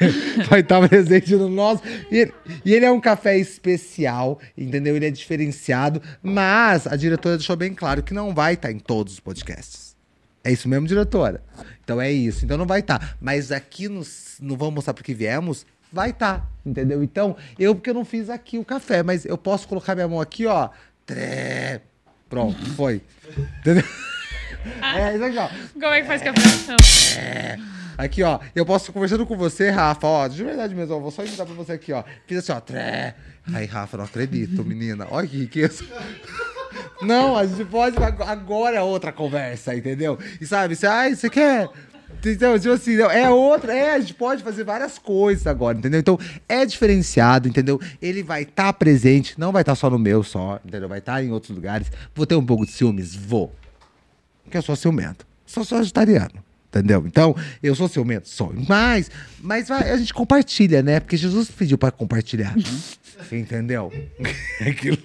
A: vai estar presente no nosso. E, ele- e ele é um café especial, entendeu? Ele é diferenciado, mas a diretora deixou bem claro que não vai estar em todos os podcasts. É isso mesmo, diretora? Então é isso. Então não vai estar. Mas aqui no, no Vamos Mostrar Porque Viemos, vai estar. entendeu? Então, eu, porque eu não fiz aqui o café, mas eu posso colocar minha mão aqui, ó. Tré. Pronto, foi. Entendeu? É isso aqui, ó.
B: Como é que faz café? Não.
A: Aqui, ó. Eu posso conversando com você, Rafa, ó. De verdade mesmo, ó. Vou só imitar pra você aqui, ó. Fiz assim, ó. Tré. Aí, Rafa, não acredito, menina. Olha que riqueza. Não, a gente pode. ag- Agora é outra conversa, entendeu? E sabe, você, ai, você quer. Então, tipo assim, não, é outra. É, a gente pode fazer várias coisas agora, entendeu? Então, é diferenciado, entendeu? Ele vai estar presente, não vai estar só no meu só, entendeu? Vai estar em outros lugares. Vou ter um pouco de ciúmes? Vou. Porque eu sou ciumento. Sou só vegetariano. entendeu? Então, eu sou ciumento, sou. Mas, mas vai- a gente compartilha, né? Porque Jesus pediu pra compartilhar. entendeu? aquele,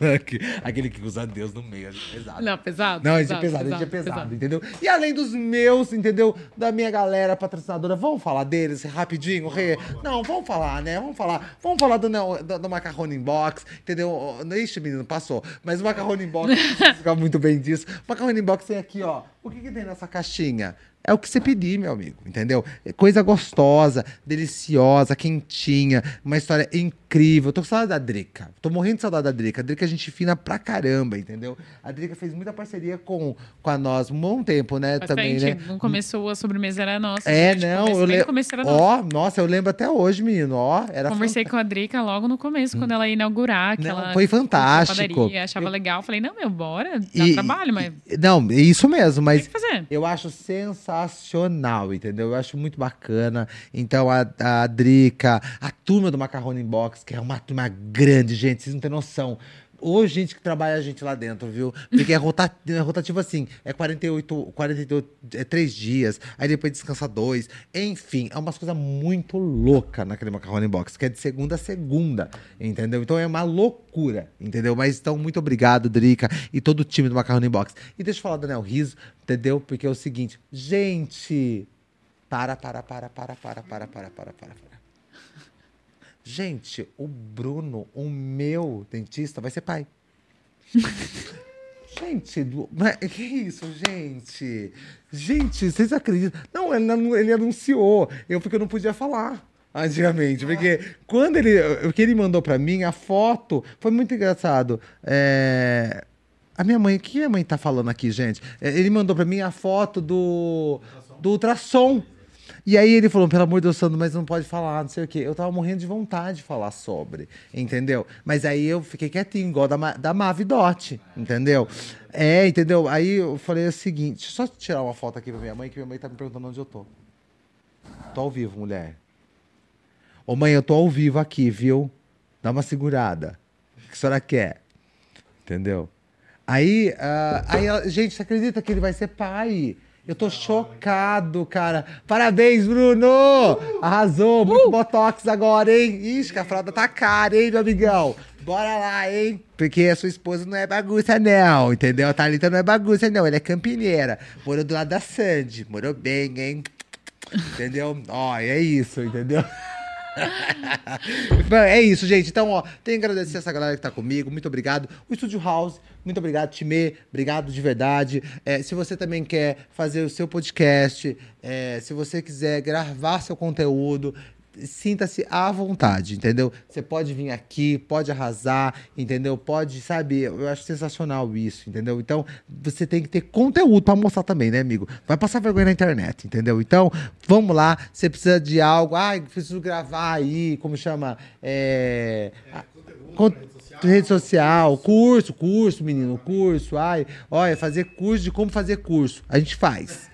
A: aquele que usa Deus no meio, é pesado.
B: Não, pesado.
A: Não, esse é pesado, esse é pesado, entendeu? E além dos meus, entendeu? Da minha galera patrocinadora, vamos falar deles rapidinho, Rê? Não, vamos falar, né? Vamos falar. Vamos falar do, Neo- do, do Macarrone Inbox, entendeu? Ixi, menino, passou. Mas o Macarrone Inbox, vocês ficam muito bem disso. O Macarrone Inbox tem aqui, ó. O que, que tem nessa caixinha? É o que você pedir, meu amigo, entendeu? É Coisa gostosa, deliciosa, quentinha, uma história incrível. Tô com saudade da Drica. Tô morrendo de saudade da Drica. A Drica é gente fina pra caramba, entendeu? A Drica fez muita parceria com, com a nós um bom tempo, né? também, né?
B: tá, Não começou, a sobremesa era nossa.
A: É,
B: gente,
A: não,
B: começo-
A: eu
B: bem no
A: lembro.
B: começo era nossa.
A: Ó, nossa, eu lembro até hoje, menino. Ó, era
B: Conversei com a Drica logo no começo, quando ela ia inaugurar
A: Hum. Não,
B: aquela.
A: foi fantástico.
B: Padaria, achava legal. Falei, não, meu, bora. Dá
A: E-
B: trabalho, mas
A: e- Não, é isso mesmo,
B: tem
A: mas
B: que fazer.
A: Eu acho sensacional, entendeu? Eu acho muito bacana. Então, a, a Drica, a turma do Macarrone Inbox, que é uma turma grande, gente, vocês não têm noção. Hoje, gente que trabalha a gente lá dentro, viu? Porque é rotativo, é rotativo assim, é 48, 48 é 3 dias, aí depois descansa dois. Enfim, é umas coisas muito louca naquele Macarrone Inbox, que é de segunda a segunda, entendeu? Então é uma loucura, entendeu? Mas então, muito obrigado, Drica, e todo o time do Macarrone Inbox. E deixa eu falar do Daniel Riso, entendeu? Porque é o seguinte, gente, para, para, para, para, para, para, para, para, para, para. Gente, o Bruno, o meu dentista, vai ser pai. Gente, do- mas que isso, gente? Gente, vocês acreditam? Não, ele, anu- ele anunciou. Eu porque eu não podia falar antigamente. Porque quando ele. O que ele mandou pra mim, a foto, foi muito engraçado. É, A minha mãe, o que a mãe tá falando aqui, gente? É, Ele mandou pra mim a foto do. do ultrassom. E aí ele falou, pelo amor de Deus, Sandro, mas não pode falar, não sei o quê. Eu tava morrendo de vontade de falar sobre, entendeu? Mas aí eu fiquei quietinho, igual da, Ma- da Mavidote, entendeu? É, entendeu? Aí eu falei o seguinte, deixa eu só tirar uma foto aqui pra minha mãe, que minha mãe tá me perguntando onde eu tô. Tô ao vivo, mulher. Ô mãe, eu tô ao vivo aqui, viu? Dá uma segurada. O que a senhora quer? Entendeu? Aí, ah, aí ela- gente, você acredita que ele vai ser pai? Eu tô chocado, cara. Parabéns, Bruno! Arrasou! Muito botox agora, hein? Ixi, que a fralda tá cara, hein, meu amigão? Bora lá, hein? Porque a sua esposa não é bagunça, não, entendeu? A Thalita não é bagunça, não. Ela é campineira. Morou do lado da Sandy. Morou bem, hein? Entendeu? Ó, é isso, entendeu? Bom, é isso, gente. Então, ó, tenho que agradecer essa galera que tá comigo. Muito obrigado. O Estúdio House, muito obrigado, Timê. Obrigado de verdade. É, se você também quer fazer o seu podcast, é, se você quiser gravar seu conteúdo, sinta-se à vontade, entendeu? Você pode vir aqui, pode arrasar, entendeu? Pode, sabe? Eu acho sensacional isso, entendeu? Então, você tem que ter conteúdo pra mostrar também, né, amigo? Vai passar vergonha na internet, entendeu? Então, vamos lá. Você precisa de algo. Ah, preciso gravar aí, como chama? É... a- con- Rede social, curso, curso, menino, curso. Ai, olha, fazer curso de como fazer curso. A gente faz.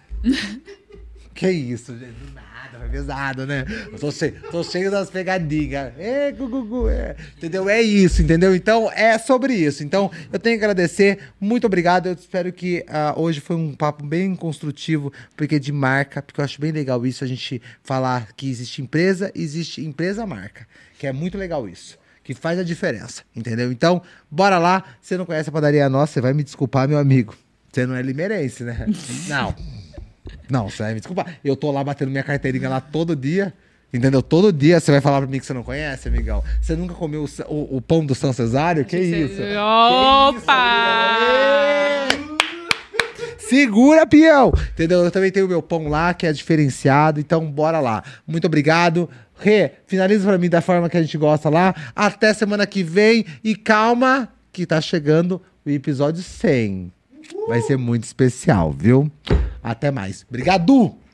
A: Que isso, gente? Do nada, foi pesado, né? Eu tô cheio, tô cheio das pegadinhas. É, gugugu, é. Entendeu? É isso, entendeu? Então, é sobre isso. Então, eu tenho que agradecer. Muito obrigado. Eu espero que ah, hoje foi um papo bem construtivo, porque de marca, porque eu acho bem legal isso, a gente falar que existe empresa, existe empresa-marca, que é muito legal isso que faz a diferença, entendeu? Então, bora lá. Você não conhece a padaria nossa, você vai me desculpar, meu amigo. Você não é limeirense, né? Não. Não, você vai me desculpar. Eu tô lá batendo minha carteirinha lá todo dia. Entendeu? Todo dia você vai falar pra mim que você não conhece, amigão. Você nunca comeu o, sa- o- o pão do São Cesário? Que isso?
B: é Opa!
A: Segura, peão! Entendeu? Eu também tenho o meu pão lá, que é diferenciado. Então, bora lá. Muito obrigado. Rê, finaliza pra mim da forma que a gente gosta lá. Até semana que vem. E calma, que tá chegando o episódio 100. Vai ser muito especial, viu? Até mais. Obrigado!